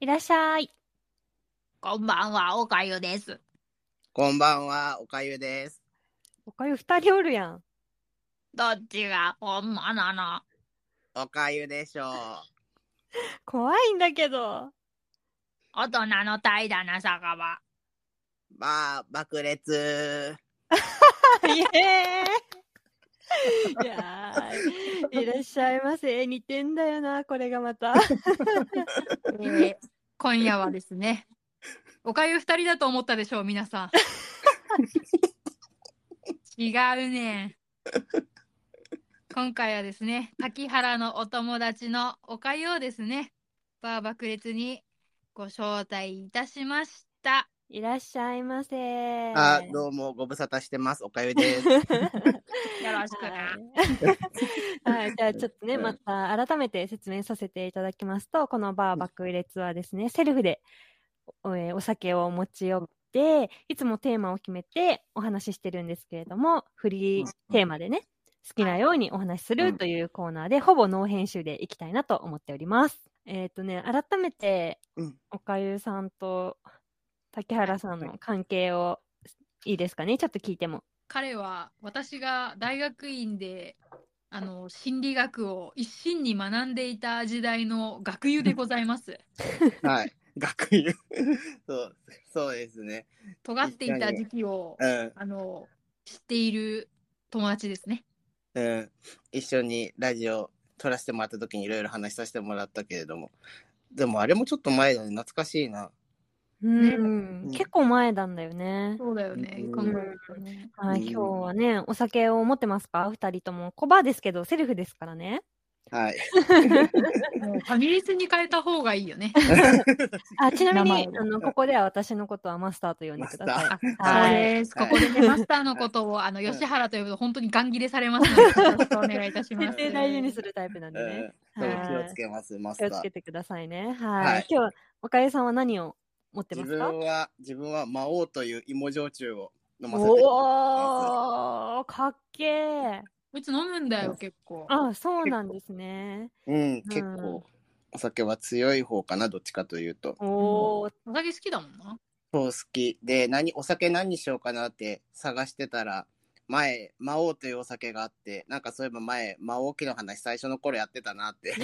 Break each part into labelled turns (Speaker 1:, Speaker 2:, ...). Speaker 1: いらっしゃい。
Speaker 2: こんばんは、おかゆです。
Speaker 3: こんばんは、おかゆです。
Speaker 1: おかゆ二人おるやん。
Speaker 2: どっちがほんまなの
Speaker 3: おかゆでしょう。
Speaker 1: 怖いんだけ ど。
Speaker 2: 大人の怠惰な酒場。
Speaker 3: まあ、爆裂。
Speaker 1: イエーイ。いやーいらっしゃいませ。似てんだよな、これがまた。
Speaker 4: えー今夜はですね、おかゆ二人だと思ったでしょう、皆さん。違うねん。今回はですね、滝原のお友達のおかゆをですね、バー爆裂にご招待いたしました。
Speaker 1: いらっしゃいませ。
Speaker 3: あ、どうも、ご無沙汰してます。おかゆです。
Speaker 2: よろしくな。
Speaker 1: はいはい、じ ゃあちょっとね、また改めて説明させていただきますと、このバー爆裂はですね、セルフでおえーお酒を持ち寄って、いつもテーマを決めてお話ししてるんですけれども、フリーテーマでね、好きなようにお話しす
Speaker 3: う
Speaker 1: る
Speaker 3: ん
Speaker 1: というコーナーで、ほぼノー編集でいきたいなと思っております。えっ、とね、改めて
Speaker 3: うん、
Speaker 1: おかゆさんと竹原さんの関係を、いいですかね、ちょっと聞いても。
Speaker 4: 彼は私が大学院であの心理学を一心に学んでいた時代の学友でございます。
Speaker 3: はい。学友。そう、そうですね。
Speaker 4: 尖っていた時期を
Speaker 3: うん、
Speaker 4: あの知っている友達ですね。
Speaker 3: うん。一緒にラジオ撮らせてもらった時にいろいろ話させてもらったけれども。でも、あれもちょっと前だね。懐かしいな。
Speaker 1: うん、
Speaker 3: うん
Speaker 1: 結構前なんだよね。
Speaker 4: そうだよね。
Speaker 3: うん
Speaker 4: 考えたらね。
Speaker 1: はい、
Speaker 3: うん
Speaker 1: 今日はね、お酒を持ってますか二人とも。コバですけど、セルフですからね。
Speaker 3: はい。
Speaker 4: もうファミレスに変えた方がいいよね。
Speaker 1: あ、ちなみに
Speaker 2: 名、前
Speaker 1: あの、ここでは私のことはマスターと呼んで
Speaker 3: マ
Speaker 1: く
Speaker 3: スタ
Speaker 1: ださい。
Speaker 3: ー。
Speaker 4: あ、
Speaker 1: はい
Speaker 4: そうです。
Speaker 3: は
Speaker 4: こ
Speaker 3: い
Speaker 4: こでね、マスターのことを、あの、
Speaker 3: ん
Speaker 4: 吉原と呼ぶと、本当にガン切れされますので、よろしくお願いいたしま
Speaker 1: 設
Speaker 4: す。
Speaker 1: 定大事にするタイプなんでね。
Speaker 3: うん。でも気
Speaker 1: は
Speaker 3: を
Speaker 1: い
Speaker 3: つけます、マス
Speaker 1: 気を
Speaker 3: タ
Speaker 1: つ
Speaker 3: ー
Speaker 1: け。てくださいね。はい。
Speaker 3: はい
Speaker 1: 今日、おかゆさんは何を持ってま
Speaker 3: 自
Speaker 1: すか
Speaker 3: 分は、自分は魔王という芋焼酎を飲ませていただきます
Speaker 1: おー、かっけー。
Speaker 4: こいつ飲むんだよ、結構。
Speaker 1: あ、そうなんですね。
Speaker 3: うん、結構お酒は強い方かな、どっちかというと。
Speaker 1: おー、
Speaker 4: お酒好きだもんな。
Speaker 3: そう好きで、何、お酒何にしようかなって探してたら、前、魔王というお酒があって、なんかそういえば前、魔王記の話最初の頃やってたな って、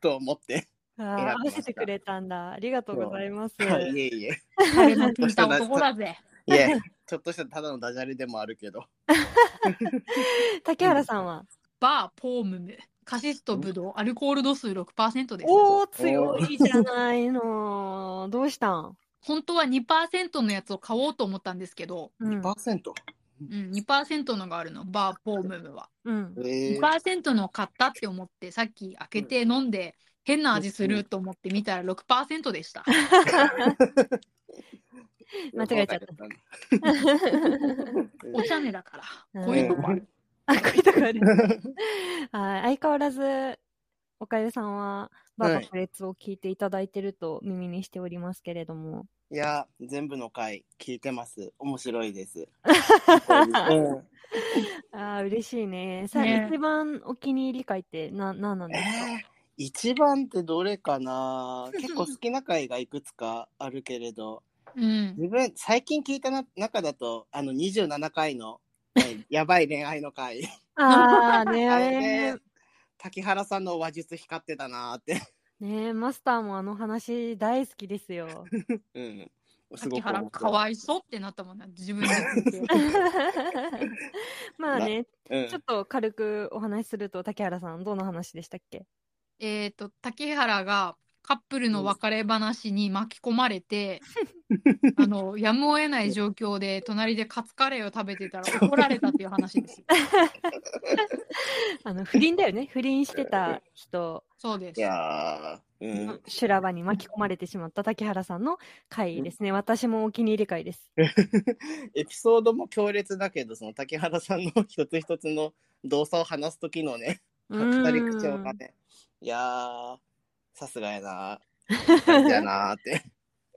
Speaker 3: と思って。
Speaker 1: あ
Speaker 3: 選び
Speaker 1: ー合
Speaker 3: ま
Speaker 1: わ
Speaker 3: した
Speaker 1: せてくれたんだ。ありがとうございます。
Speaker 3: いえいえ。
Speaker 4: 彼の聞いた男だぜ。
Speaker 3: いえ、ちょっとしたただのダジャレでもあるけど。
Speaker 1: 竹原さんは
Speaker 4: バー、ポームム、カシスとブドウ、アルコール度数6%です。
Speaker 1: おー、強いじゃないの。どうしたん
Speaker 4: 本当は2%のやつを買おうと思ったんですけど、
Speaker 1: うん
Speaker 3: セント
Speaker 4: うん、2%のがあるの、バー、ポームムは。
Speaker 1: うん。
Speaker 3: えー、
Speaker 4: 2%のを買ったって思って、さっき開けて飲んで、変な味すると思って見たら6%でした。
Speaker 1: 間違えちゃった
Speaker 3: た。
Speaker 4: お茶目だか
Speaker 1: うん
Speaker 4: ら。こういうとこある。
Speaker 1: あ、こういうとこある。はい、相変わらず、おかゆさんは、バーバクレッツを聞いていただいてると耳にしておりますけれども。
Speaker 3: いや、全部の回聞いてます。面白い です。うん
Speaker 1: ああ、嬉しいね。さ、
Speaker 4: ね
Speaker 1: 一番お気に入り会ってな、なんなんですか
Speaker 3: えー一番ってどれかな結構好きな回がいくつかあるけれど
Speaker 4: うん。
Speaker 3: 自分最近聞いたな中だとあの27回の、えーやばい恋愛の回
Speaker 1: ああ、 ね、
Speaker 3: あ
Speaker 1: あ
Speaker 3: れ
Speaker 1: れ
Speaker 3: ね、滝原さんの話術光ってたなーって、
Speaker 1: ね、マスターもあの話大好きですよ。
Speaker 3: うん、すご
Speaker 4: 滝
Speaker 3: く思
Speaker 4: 原
Speaker 3: った
Speaker 4: かわいそうってなったもんな、自分で聞いて。
Speaker 1: まあね、
Speaker 3: うん
Speaker 1: ちょっと軽くお話しすると、竹原さん、どんな話でしたっけ
Speaker 4: えっと、竹原がカップルの別れ話に巻き込まれ て、あの、やむを得ない状況で、隣でカツカレーを食べてたら怒られたっていう話です。
Speaker 1: あの、不倫だよね。不倫してた人
Speaker 4: そうで
Speaker 3: い
Speaker 4: す。
Speaker 3: やー、うん、
Speaker 1: 修羅場に巻き込まれてしまった竹原さんの回ですね。私もお気に入り回です。
Speaker 3: エピソードも強烈だけどその滝原さんの一つ一つの動作を話す時のね
Speaker 1: う
Speaker 3: 語り口調がねいやーさすがやなーやなーって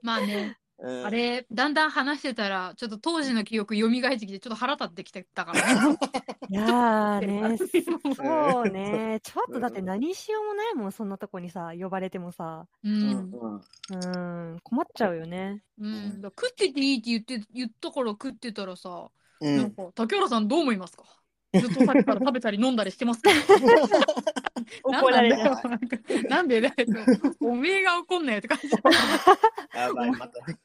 Speaker 4: まあね、
Speaker 3: うん
Speaker 4: あれ、だんだん話してたら、ちょっと当時の記憶蘇ってきて、ちょっと腹立ってきてたからね。
Speaker 1: いやー ね、
Speaker 4: う
Speaker 1: そうね。ちょっとだって何しようもないもん、そんなとこにさ、呼ばれてもさ。
Speaker 4: ん。
Speaker 3: うん
Speaker 1: うん、困っちゃうよね。
Speaker 4: うん。だから食ってていいって言って、言ったから食ってたらさ、
Speaker 3: う
Speaker 4: なん
Speaker 3: ん。
Speaker 4: か、竹原さんどう思いますかずっとさっきから食べたり飲んだりしてますか
Speaker 1: 怒られ
Speaker 4: なん
Speaker 1: ちゃ
Speaker 4: だよなんかなんでだよ。おめえが怒んなよって感じ。
Speaker 3: やばい、また。
Speaker 1: う。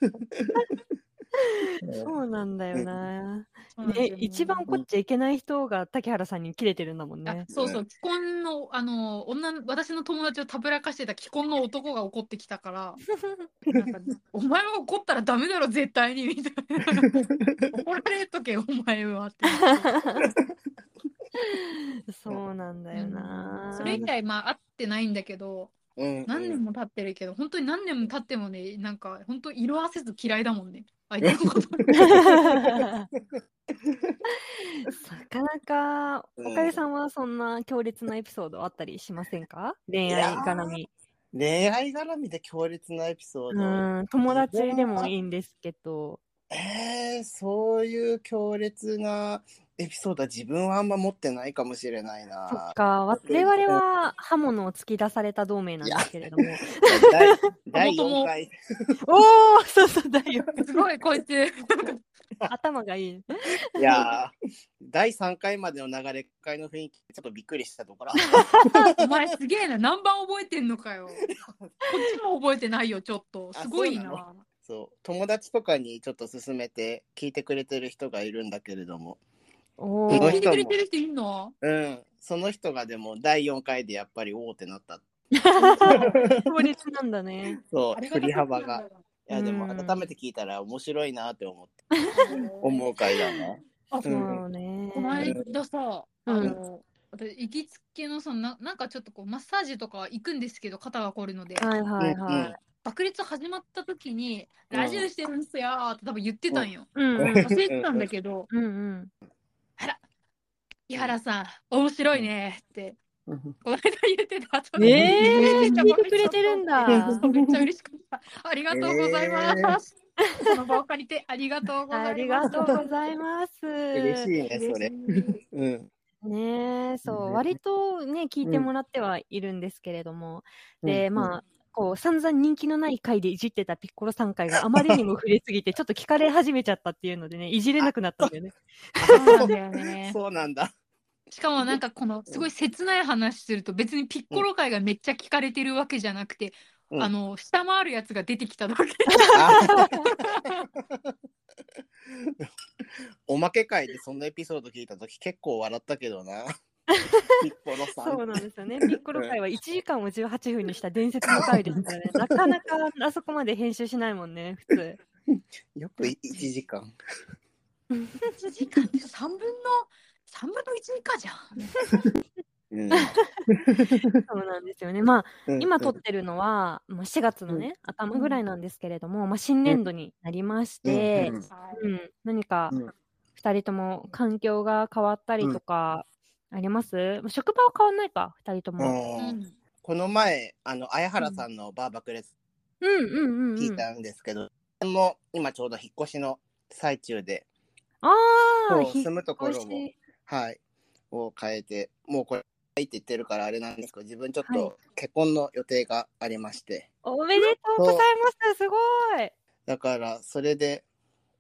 Speaker 1: そうなんだよな。
Speaker 4: そうなんだ
Speaker 1: ね
Speaker 4: よね、
Speaker 1: 一番こっちゃいけない人が竹原さんに切れてるんだもん
Speaker 4: あ
Speaker 1: ね。
Speaker 4: そうそう、既婚の、あの、女の、私の友達をたぶらかしてた既婚の男が怒ってきたから、なんか、 お前は怒ったらダメだろ、絶対に、みたい な。怒られとけ、お前はって。
Speaker 1: そうなんだよな。
Speaker 4: それ以来、まあ、会ってないんだけど、
Speaker 3: うん。
Speaker 4: 何年も経ってるけど、本当に何年も経ってもね、なんか、本当色あせず嫌いだもんね。 あいつのこと。
Speaker 1: なかなか、おかゆさんはそんな強烈なエピソードあったりしませんか恋愛絡み。
Speaker 3: 恋愛絡みで強烈なエピソー
Speaker 1: う
Speaker 3: ド。
Speaker 1: ん、友達でもいいんですけど。
Speaker 3: えー、そういう強烈なエピソードは自分はあんま持ってないかもしれないな。
Speaker 1: そっか、我々は刃物を突き出された同盟なんですけれども。
Speaker 3: 第第
Speaker 4: 元も
Speaker 3: 4回。
Speaker 1: おおそうそうだよ。
Speaker 4: すごい、こいつ。
Speaker 1: 頭がいい。
Speaker 3: いやー、第3回までの流れ会の雰囲気、ちょっとびっくりしたところ。
Speaker 4: お前すげえな。何番覚えてんのかよ。こっちも覚えてないよ、ちょっと。すごい
Speaker 3: あそうな
Speaker 4: な。
Speaker 3: そう、友達とかにちょっと勧めて聞いてくれてる人がいるんだけれども、
Speaker 1: お
Speaker 3: その
Speaker 4: 聞
Speaker 1: ー
Speaker 4: いてくれてる人いんの
Speaker 3: うん、その人がでも第4回でやっぱりおおってなった。
Speaker 1: 強烈なんだね。
Speaker 3: そ
Speaker 4: あ
Speaker 3: う、
Speaker 4: り
Speaker 3: 振
Speaker 4: がた
Speaker 3: り
Speaker 4: く
Speaker 3: 幅が。いや、でも
Speaker 1: うん
Speaker 3: 改めて聞いたら面白いなって思って、
Speaker 4: 思
Speaker 3: 思う回だな。
Speaker 4: あ、
Speaker 1: そ
Speaker 3: ん
Speaker 1: うね。
Speaker 4: この間さ、あ
Speaker 1: うん
Speaker 4: の、私、行きつけのさ、ななんかちょっとこう、マッサージとか行くんですけど、肩が凝るので。
Speaker 1: はいはいは
Speaker 4: 爆裂始まった時に、
Speaker 3: うん
Speaker 4: ラジオしてるんすよーって多分言ってたんよ。
Speaker 1: い。うんうん。
Speaker 4: 忘れてたんだけど、
Speaker 1: うんうん。
Speaker 4: 井原さん、面白いねーって、
Speaker 3: うん
Speaker 4: この間言ってた後に
Speaker 1: ええー、
Speaker 4: めっちゃ
Speaker 1: 聞いてくれてるん だ。
Speaker 4: そうめっちゃ嬉しかった。ありがとうございます。この場を借りてありがとうござ
Speaker 1: あ
Speaker 4: い
Speaker 1: り
Speaker 4: ま
Speaker 1: が
Speaker 4: す。
Speaker 1: とうございます。
Speaker 3: 嬉しいね、それ。
Speaker 4: 嬉しい
Speaker 3: うん。
Speaker 1: ねえ、そう、
Speaker 3: ね
Speaker 1: 割とね、聞いてもらってはいるんですけれども、
Speaker 3: う
Speaker 1: で、
Speaker 3: ん
Speaker 1: まあ、こう、散々人気のない回でいじってたピッコロさん回があまりにも触れすぎて、ちょっと聞かれ始めちゃったっていうのでね、いじれなくなったんだよね。
Speaker 4: そうなんだよね。
Speaker 3: そうな んだ。
Speaker 4: しかもなんかこのすごい切ない話すると別にピッコロ界がめっちゃ聞かれてるわけじゃなくて、
Speaker 3: うん
Speaker 4: あの下回るやつが出てきただけ。
Speaker 3: あおまけ会でそんなエピソード聞いたとき結構笑ったけ どな。ピッコロさ。
Speaker 1: そうんなんですよね。ピッコロ回は1時間を18分にした伝説の回です からね、なかなかあそこまで編集しないもんね、普通。
Speaker 3: よく1時間。
Speaker 4: 1時間って3分の3分の1以下じゃん。
Speaker 3: うん
Speaker 1: そうなんですよね。まあ、今撮っ
Speaker 3: うん
Speaker 1: てるのは、まあ、4月のね、頭ぐらいなんですけれども、まあ、新年度になりまして、
Speaker 3: うん
Speaker 1: うん、何か
Speaker 3: うん
Speaker 1: 2人とも環境が変わったりとかあります、まあ職場は変わんないか2人とも。
Speaker 3: うん
Speaker 4: うん
Speaker 3: この前、あの、綾原さんのバーバクレス
Speaker 1: うんうんうん、う
Speaker 3: 聞い
Speaker 1: ん。
Speaker 3: たんですけど、もう今ちょうど引っ越しの最中で、
Speaker 1: ああ、
Speaker 3: そう
Speaker 1: 引
Speaker 3: 住むとこ
Speaker 1: っ
Speaker 3: ろ
Speaker 1: 越
Speaker 3: を、
Speaker 1: し。
Speaker 3: はい、を変えて、もうこれ、はいって言ってるからあれなんですけど、自分ちょっ
Speaker 1: はい
Speaker 3: と結婚の予定がありまして、
Speaker 1: おめでとうございます。すごい。
Speaker 3: だから、それで、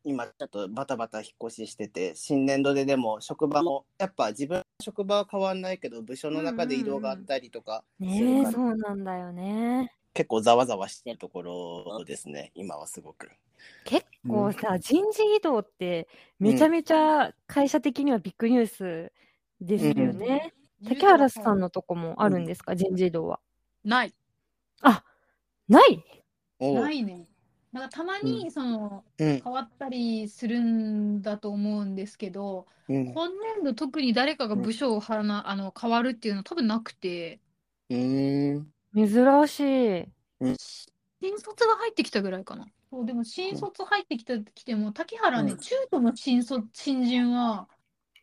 Speaker 3: 今、ちょっとバタバタ引っ越ししてて、新年度ででも、職場も、やっぱ自分の職場は変わんないけど、部署の中で移動があったりとか、する
Speaker 1: ね
Speaker 3: か
Speaker 1: え、
Speaker 3: ら
Speaker 1: そうなんだよね。
Speaker 3: 結構ざわざわしてるところですね、今はすごく。
Speaker 1: 結構さ、人事異動ってめちゃめちゃ会社的にはビッグニュースですよね。竹原さんのとこもあるんですか、人事異動は。
Speaker 4: ない。
Speaker 1: あ、ない
Speaker 3: おう
Speaker 4: ないね。なんかたまにその
Speaker 3: うん、
Speaker 4: 変わったりするんだと思うんですけど、
Speaker 3: うん、
Speaker 4: 今年度特に誰かが部署をはらなあの変わるっていうのは多分なくて、
Speaker 3: うーん、
Speaker 1: 珍しい。
Speaker 4: 新卒が入ってきたぐらいかな。そうでも新卒入ってきたきても、竹原ね、
Speaker 3: うん
Speaker 4: 中途の新卒新人は、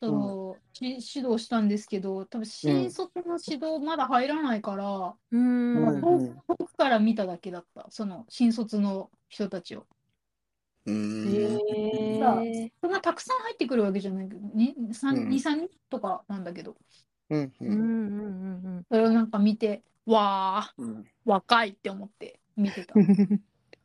Speaker 4: そうし指導したんですけど、多分新卒の指導まだ入らないから、
Speaker 1: うーん。
Speaker 3: うん
Speaker 4: 遠く遠くから見ただけだった、その新卒の人たちを。
Speaker 3: う
Speaker 1: へ
Speaker 3: ーん。
Speaker 1: ー
Speaker 4: そんなたくさん入ってくるわけじゃないけどね
Speaker 3: う
Speaker 4: 3
Speaker 3: ん
Speaker 4: 23、三とかなんだけど
Speaker 3: うん
Speaker 1: うんうん
Speaker 3: うん
Speaker 1: うん
Speaker 4: それをなんか見てわあ
Speaker 3: うん。
Speaker 4: 若いって思って見て た
Speaker 1: うん。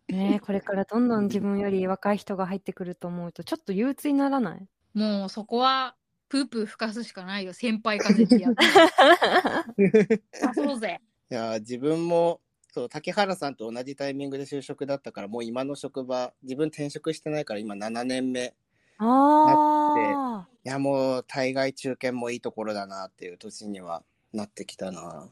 Speaker 1: ねえこれからどんどん自分より若い人が入ってくると思うと、ちょっと憂鬱になら ない
Speaker 4: もうそこはプープー吹かすしかないよ先輩風ってやつ あそうぜ
Speaker 3: いやー自分もそう竹原さんと同じタイミングで就職だったからもう今の職場自分転職してないから今7年目い
Speaker 1: ああ。
Speaker 3: やもう大概中堅もいいところだなっていう年にはなってきたな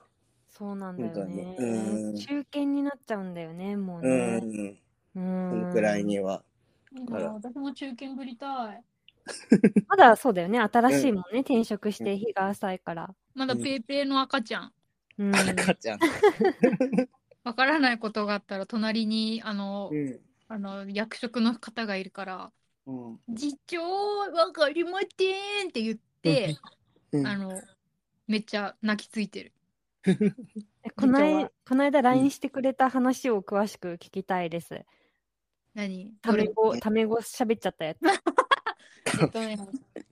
Speaker 1: そうなんだよね
Speaker 3: 本当にうん。
Speaker 1: 中堅になっちゃうんだよね、もう
Speaker 3: うん、
Speaker 1: ね。う
Speaker 3: そ
Speaker 1: ん
Speaker 3: のくらいには
Speaker 4: いいな
Speaker 3: あら
Speaker 4: 私も中堅ぶりたい
Speaker 1: まだそうだよね、新しいもんね、転職して日が浅いから。
Speaker 4: まだペイペイの赤ちゃん
Speaker 1: うん、
Speaker 3: 赤ちゃん、
Speaker 4: わからないことがあったら隣にあの、
Speaker 3: うん
Speaker 4: あの役職の方がいるから
Speaker 3: うん
Speaker 4: 「次長わかりません」って言って、
Speaker 3: うん
Speaker 4: あのめっちゃ泣きついてる。
Speaker 1: この
Speaker 4: 本当
Speaker 1: 間
Speaker 4: は
Speaker 1: この間 LINE してくれた話を詳しく聞きたいです。
Speaker 4: 何
Speaker 1: タメ
Speaker 4: ど
Speaker 1: 語、タメ語喋っちゃったやつ。
Speaker 4: れえっとね、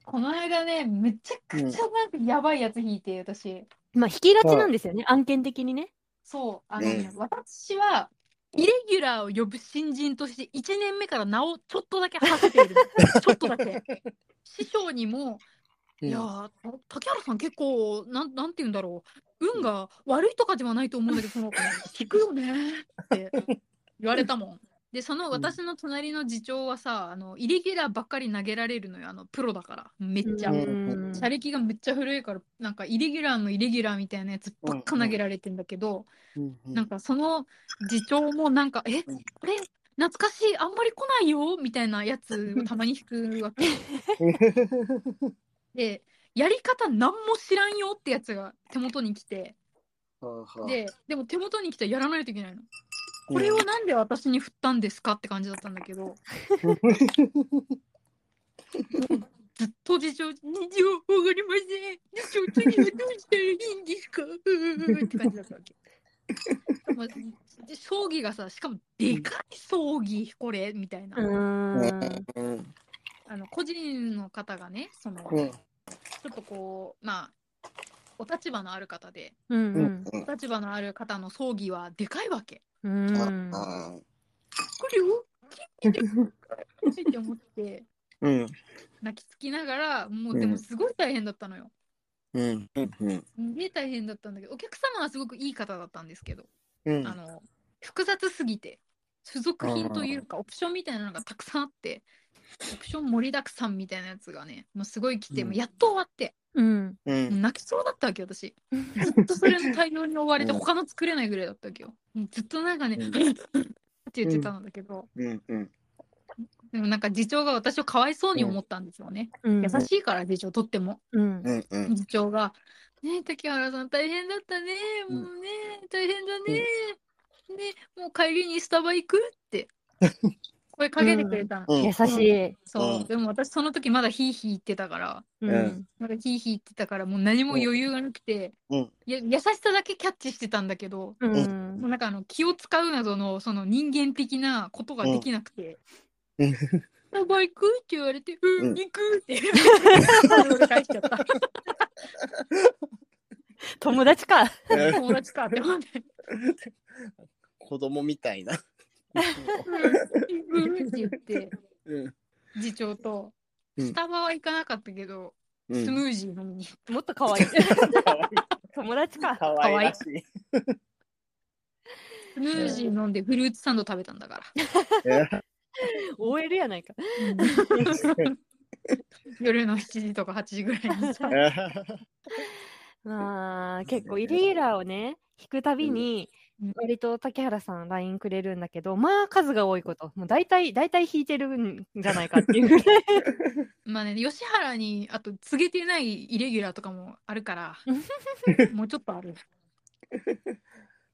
Speaker 4: この間ねめちゃくちゃなんかやばいやつ引いて私
Speaker 1: まあ、引きがちなんですよね、案件的にね。
Speaker 4: そうあのね、
Speaker 3: う
Speaker 4: 私はイレギュラーを呼ぶ新人として1年目から名をちょっとだけ馳せているちょっとだけ師匠にも
Speaker 3: うん
Speaker 4: いやー、竹原さん結構、なん、なんて言うんだろう。運が悪いとかではないと思うんだけど、その、聞くよねーって言われたもん。で、その私の隣の次長はさ、あの、イレギュラーばっかり投げられるのよ。あの、プロだから。めっちゃ
Speaker 1: う。
Speaker 3: ん
Speaker 1: ん
Speaker 4: 車歴がめっちゃ古いから、なんかイレギュラーのイレギュラーみたいなやつばっか投げられてんだけど、
Speaker 3: うんうん
Speaker 4: なんかその次長もなんか、え、
Speaker 3: うん
Speaker 4: これ、懐かしい、あんまり来ないよ、みたいなやつをたまに引くわけ。で、やり方何も知らんよってやつが手元に来て、
Speaker 3: はあはあ
Speaker 4: で、でも手元に来たらやらないといけないの。これを
Speaker 3: うん
Speaker 4: なんで私に振ったんですかって感じだったんだけど、ずっと事情、事情わかりません。事情次はどうしたらいいんですかうーって感じだったわけ。でもで葬儀がさ、しかもでかい葬儀、これ、みたいな。
Speaker 1: うん。
Speaker 3: うん
Speaker 4: あの個人の方がね、その、ち
Speaker 3: う
Speaker 4: ょ
Speaker 3: ん
Speaker 4: っとこう、まあ、お立場のある方で、
Speaker 1: うんうん
Speaker 3: うん
Speaker 4: 立場のある方の葬儀はでかいわけ。
Speaker 1: うん。
Speaker 3: あ
Speaker 4: これ大きいんじゃないって思って
Speaker 3: うん
Speaker 4: 泣きつきながらも
Speaker 3: う
Speaker 4: うんでもすごい大変だったのよ。
Speaker 3: うんうんうん
Speaker 4: すげえ大変だったんだけどお客様はすごくいい方だったんですけど、
Speaker 3: うん
Speaker 4: あの複雑すぎて付属品というかオプションみたいなのがたくさんあってオプション盛りだくさんみたいなやつがねもうすごい来て、
Speaker 3: うん
Speaker 4: もうやっと終わって
Speaker 1: うん。
Speaker 3: うん
Speaker 4: 泣きそうだったわけ 私ずっとそれの大量に追われて
Speaker 3: うん
Speaker 4: 他の作れないぐらいだったわけよず っとなんかね、
Speaker 3: うん
Speaker 4: って言ってたんだけど、
Speaker 3: うんうん
Speaker 4: でもなんか次長が私をかわいそうに思ったんですよね。
Speaker 1: うん。
Speaker 4: 優しいから次長とっても。
Speaker 1: うん。
Speaker 3: うんうん
Speaker 4: 次長が、ねえ、竹原さん大変だったね。
Speaker 3: うん
Speaker 4: もうねえ、大変だね。ねえ、もう帰りにスタバ行く って。声かけてくれたの。
Speaker 3: うん
Speaker 1: 優しい。
Speaker 4: そう、
Speaker 3: うん
Speaker 4: でも私その時まだヒーヒー言ってたから、
Speaker 1: うん。
Speaker 4: まだヒーヒー言ってたから、もう何も余裕がなくて、
Speaker 3: うん
Speaker 4: や優しさだけキャッチしてたんだけど、
Speaker 1: う。
Speaker 3: うん
Speaker 4: もうなんかあの気を使うなどのその人間的なことができなくて、
Speaker 3: うんうん
Speaker 4: スタバ行くって言われて、うん、
Speaker 3: うん
Speaker 4: 行くっ て、 返しちゃった。
Speaker 1: 友達か。
Speaker 4: 友達かって思って、
Speaker 3: 子供みたいな。
Speaker 4: うん、行くって言って、
Speaker 3: うん
Speaker 4: 次長と、
Speaker 3: うん
Speaker 4: スタバは行かなかったけど、
Speaker 3: うん
Speaker 4: スムージー飲みに。
Speaker 1: もっと可愛 い。友達か。
Speaker 3: かわいらしい。
Speaker 4: スムージー飲んでフルーツサンド食べたんだ から。
Speaker 1: OL やないか。
Speaker 4: 夜の7時とか8時ぐらいに さ。
Speaker 1: まあ、結構、イレギュラーをね、引くたびに、割と竹原さん LINE くれるんだけど、まあ数が多いこと。もう大体、大体引いてるんじゃないかっていうぐ らい。
Speaker 4: まあね、吉原に、あと告げてないイレギュラーとかもあるから、もうちょっとある。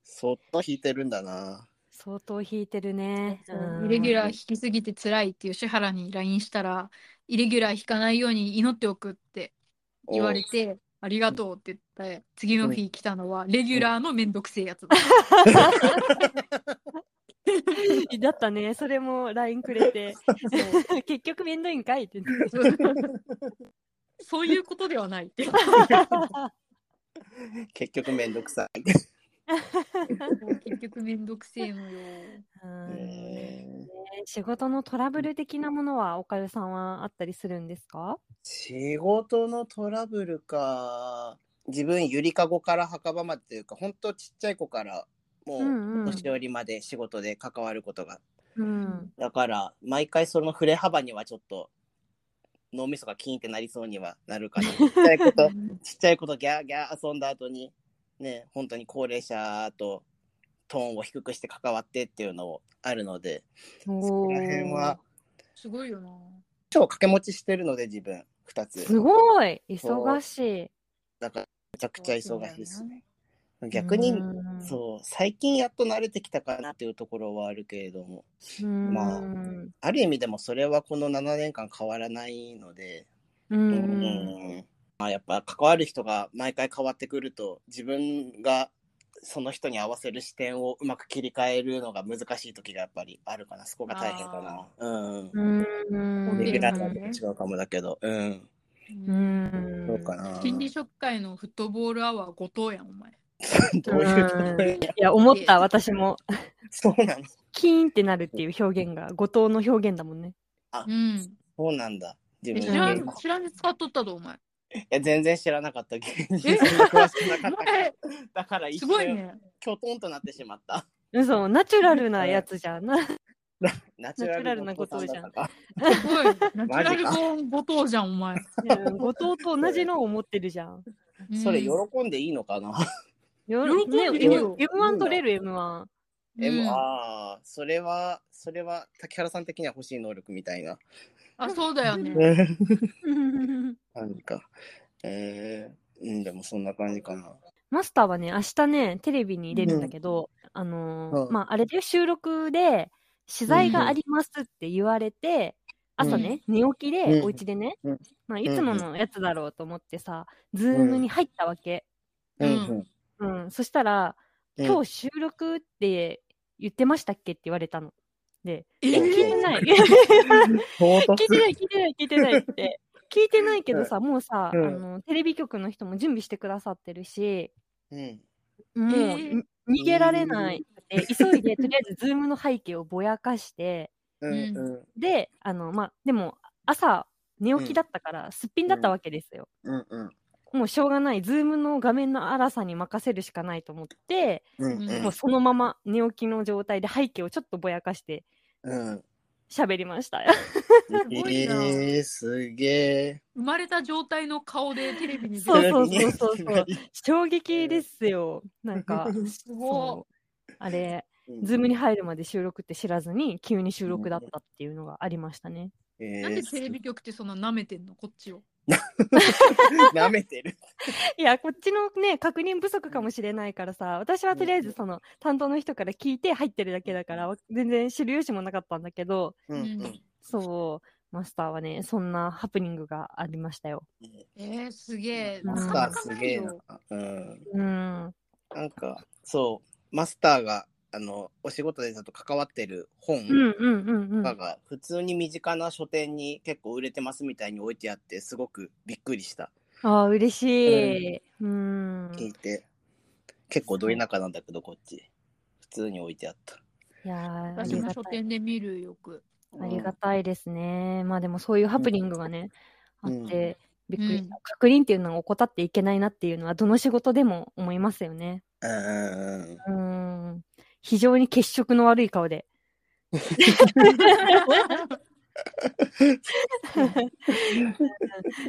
Speaker 3: そっと弾いてるんだな。
Speaker 1: 相当引いてるね。うん
Speaker 4: イレギュラー引きすぎて辛いって吉原に LINE したら、イレギュラー引かないように祈っておくって言われて、ありがとうって言って、次の日来たのは、レギュラーのめんどくせえやつだ。
Speaker 1: だったね。それも LINE くれ て。結局めんどいんかいって。
Speaker 4: そういうことではないって。
Speaker 3: 結局めんどくさい。
Speaker 4: 結局めんどくせえのよ。
Speaker 1: うん
Speaker 3: えー
Speaker 1: 仕事のトラブル的なものは、おかゆさんはあったりするんですか
Speaker 3: 仕事のトラブルか自分ゆりかごから墓場までというかほんとちっちゃい子からもう
Speaker 1: うんうん
Speaker 3: 年寄りまで仕事で関わることが、
Speaker 1: うん。
Speaker 3: だから毎回その振れ幅にはちょっと脳みそがキーンってなりそうにはなる かなちっちゃいことちっちゃいことギャーギャー遊んだ後にね本当に高齢者とトーンを低くして関わってっていうのをあるので
Speaker 1: お
Speaker 3: こ
Speaker 1: ー
Speaker 3: の辺は
Speaker 4: すごいよな。
Speaker 3: 超掛け持ちしてるので自分2つ
Speaker 1: すごい忙しい。
Speaker 3: だからめちゃくちゃ忙しいです
Speaker 4: そうだ
Speaker 3: ね逆に
Speaker 1: うん
Speaker 3: そう、最近やっと慣れてきたかなっていうところはあるけれども、
Speaker 1: うん。
Speaker 3: まあ
Speaker 1: うん
Speaker 3: ある意味でもそれはこの7年間変わらないので、
Speaker 1: う。
Speaker 3: うんまあ、やっぱ関わる人が毎回変わってくると、自分がその人に合わせる視点をうまく切り替えるのが難しい時がやっぱりあるかな、そこが大変かな。うん。
Speaker 1: うん
Speaker 3: レギュラーさん
Speaker 4: ね
Speaker 3: と違うかもだけど、うん。
Speaker 1: う
Speaker 4: うん
Speaker 1: ん。
Speaker 3: そうかな。
Speaker 4: 心理職会のフットボールアワー後藤やん、お前。
Speaker 3: どういうところ
Speaker 1: いや、思った、私も。
Speaker 3: そうなの
Speaker 1: キーンってなるっていう表現が、後藤の表現だもんね。
Speaker 4: うん。
Speaker 3: そうなんだ。自
Speaker 4: え
Speaker 3: 分
Speaker 4: 知ら
Speaker 3: い
Speaker 4: ん、知らんで使っとったぞ、お前。
Speaker 3: や、全然知らなかった。芸人さん 詳しくなかったから
Speaker 4: え、
Speaker 3: だから一
Speaker 4: す
Speaker 3: 瞬
Speaker 4: ごいね。
Speaker 3: きょとんとなってしまった。
Speaker 1: 嘘、ナチュラルなやつじゃん。な
Speaker 3: ナ
Speaker 1: チュラルなことじゃん
Speaker 3: 後藤さだったか
Speaker 4: すごい。ナチュラ
Speaker 3: マジ
Speaker 4: ル
Speaker 3: か
Speaker 4: ボーン後藤じゃん、お前。
Speaker 1: うん後藤と同じのを持ってるじゃん。
Speaker 4: うん
Speaker 3: それ喜んでいいのかな、
Speaker 1: よ
Speaker 4: 喜んでるよ
Speaker 1: ね M1 取れる M1。
Speaker 4: うん
Speaker 3: M ああ、それは、それは、竹原さん的には欲しい能力みたいな
Speaker 4: あ、そうだよね。
Speaker 3: 感じか。えー、うん、でもそんな感じかな。
Speaker 1: マスターはね、明日ね、テレビに出るんだけど、あのー
Speaker 3: うん
Speaker 1: まあ、あれで収録で、取材がありますって言われて、
Speaker 3: うん
Speaker 1: 朝ね、寝起き
Speaker 3: う
Speaker 1: で、
Speaker 3: ん
Speaker 1: お家でね、
Speaker 3: うん
Speaker 1: まあ、いつものやつだろうと思ってさ、ズームに入ったわけ。
Speaker 4: うん
Speaker 3: ん
Speaker 1: うん、そしたら、
Speaker 3: うん
Speaker 1: 今日収録って言ってましたっけって言われたの。で、え
Speaker 4: え
Speaker 1: 聞い
Speaker 4: ー
Speaker 1: て ない。
Speaker 3: 唐
Speaker 1: 聞
Speaker 3: 突
Speaker 1: いてない、聞いてない、聞いてないっ て。聞いてないけどさ、もうさ、
Speaker 3: うん
Speaker 1: あの、テレビ局の人も準備してくださってるし、
Speaker 3: うん。
Speaker 1: もう、
Speaker 4: ー
Speaker 1: に逃げられない。で急いで、とりあえず、ズームの背景をぼやか して、
Speaker 3: うん。うん。
Speaker 1: で、あの、まあ、でも、朝、寝起きだったから、すっぴんだったわけですよ。
Speaker 3: うん。うん。
Speaker 1: もうしょうがない、ズームの画面の荒さに任せるしかないと思って、
Speaker 3: うん。
Speaker 1: もうそのまま寝起きの状態で背景をちょっとぼやかして
Speaker 3: うん。
Speaker 1: 喋りま した。
Speaker 4: ごいな
Speaker 3: えー、すげえ。
Speaker 4: 生まれた状態の顔でテレビに出
Speaker 1: そう
Speaker 4: る。
Speaker 1: そうそうそう
Speaker 3: テレビに
Speaker 1: 衝撃ですよ。なん か、
Speaker 4: すご
Speaker 1: そうあれ、
Speaker 3: うん
Speaker 1: ズームに入るまで収録って知らずに、急に収録だったっていうのがありましたね。
Speaker 3: え
Speaker 4: い。
Speaker 3: ー
Speaker 4: なんでテレビ局ってそんな舐めてんのこっちを。
Speaker 3: 舐めてる。
Speaker 1: いや、こっちのね、確認不足かもしれないからさ、私はとりあえずその、担当の人から聞いて入ってるだけだから、全然知る由もなかったんだけど、
Speaker 3: うん。うん。
Speaker 1: そう、マスターはね、そんなハプニングがありましたよ。
Speaker 4: えー、すげえ。
Speaker 1: マ
Speaker 4: な
Speaker 3: マ
Speaker 1: ス
Speaker 3: ス
Speaker 1: タ
Speaker 4: かな
Speaker 3: ター
Speaker 4: か
Speaker 3: す
Speaker 4: な
Speaker 3: げ
Speaker 4: い
Speaker 3: え
Speaker 4: よ。
Speaker 3: な。うん。
Speaker 1: うん。
Speaker 3: なんか、そう、マスターが、あの、お仕事でちょっと関わってる本
Speaker 1: うんうんうんう
Speaker 3: と
Speaker 1: ん
Speaker 3: か。が、普通に身近な書店に結構売れてますみたいに置いてあって、すごくびっくりした。
Speaker 1: ああ、嬉しい。うん。
Speaker 3: 聞いて。結構ど田舎なんだけど、こっち。普通に置いてあった。
Speaker 1: いやーあ
Speaker 4: 私
Speaker 1: り
Speaker 4: も
Speaker 1: が
Speaker 4: 書
Speaker 1: たい。
Speaker 4: 店で見るよ く。
Speaker 1: ありがたいですね。まあでもそういうハプニングがね、あ
Speaker 3: うん
Speaker 1: って、びっくりし
Speaker 4: うん
Speaker 1: た。確認っていうのを怠っていけないなっていうのは、どの仕事でも思いますよね。
Speaker 3: うんうんうん。
Speaker 1: うん。非常に血色の悪い顔で。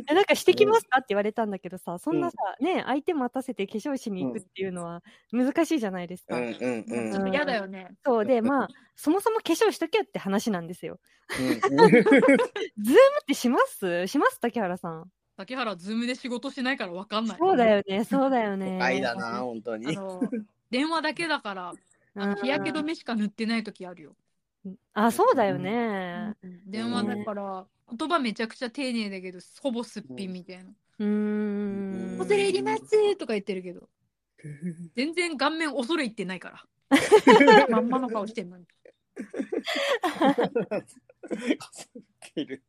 Speaker 1: えなんかしてきますかって言われたんだけどさ、そんなさ、ね、相手待たせて化粧しに行くっていうのは難しいじゃないです
Speaker 3: う
Speaker 1: か。
Speaker 3: んうんう
Speaker 4: ち
Speaker 3: ん
Speaker 4: ょっと嫌だよね。
Speaker 1: そうで、まあ、そもそも化粧しとけって話なんですよ。
Speaker 3: うん。
Speaker 1: ズームってしますします竹原さん。
Speaker 4: 竹原、ズームで仕事しないから分かんない。
Speaker 1: そうだよね、そうだよ ね。
Speaker 3: 愛だな、本当
Speaker 4: あ
Speaker 3: に。
Speaker 4: の、電話だけだから、あ
Speaker 1: うん
Speaker 4: の日焼け止めしか塗ってない時あるよ。
Speaker 1: あ、そうだよね。
Speaker 4: 電話だから、言葉めちゃくちゃ丁寧だけど、ほぼすっぴんみたいな。
Speaker 1: うーん。
Speaker 3: う
Speaker 4: 恐れ入りますとか言ってるけど、 全然顔面恐れ入ってないから。まんまの顔してんのに。
Speaker 3: てる。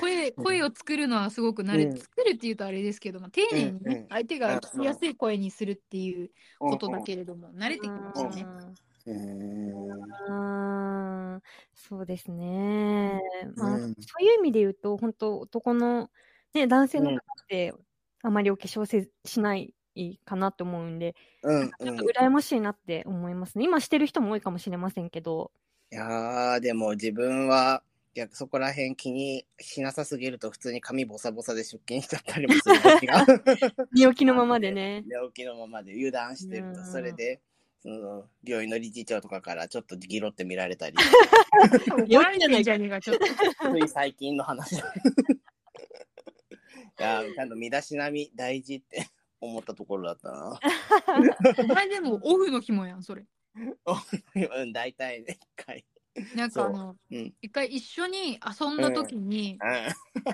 Speaker 4: 声声を作るのはすごく慣れ、
Speaker 3: うん
Speaker 4: 作るっていうとあれですけど、まあ、丁寧にね、
Speaker 3: うんうん
Speaker 4: 相手が聞きやすい声にするっていうことだけれども、慣れてきましたね。
Speaker 3: うん
Speaker 1: あーそうですね。まあ、
Speaker 3: うん
Speaker 1: そういう意味で言うと、本当男の、ね、男性の
Speaker 3: うん
Speaker 1: 方って、あまりお化粧せしないかなと思うんで、
Speaker 3: うん
Speaker 1: ちょ
Speaker 3: う
Speaker 1: っ
Speaker 3: ん
Speaker 1: と。羨ましいなって思いますね。今してる人も多いかもしれませんけど。
Speaker 3: いやー、でも自分は、逆そこら辺気にしなさすぎると普通に髪ボサボサで出勤しちゃったりもする 時が
Speaker 1: 寝起きのままでね。
Speaker 3: 寝起きのままで油断してる
Speaker 1: う
Speaker 3: と、
Speaker 1: ん
Speaker 3: それで、その、病院の理事長とかからちょっとギロって見られたり、
Speaker 4: 怒られてんじゃねえか、ちょっと。
Speaker 3: つい最近の話 だ。いやー、ちゃんと身だしなみ大事って思ったところだったな。
Speaker 4: お前でもオフの日もやん、それ。
Speaker 3: うん、大体ね、一回。
Speaker 4: なんかあの、
Speaker 3: そううん
Speaker 4: 一回一緒に遊んだ時に、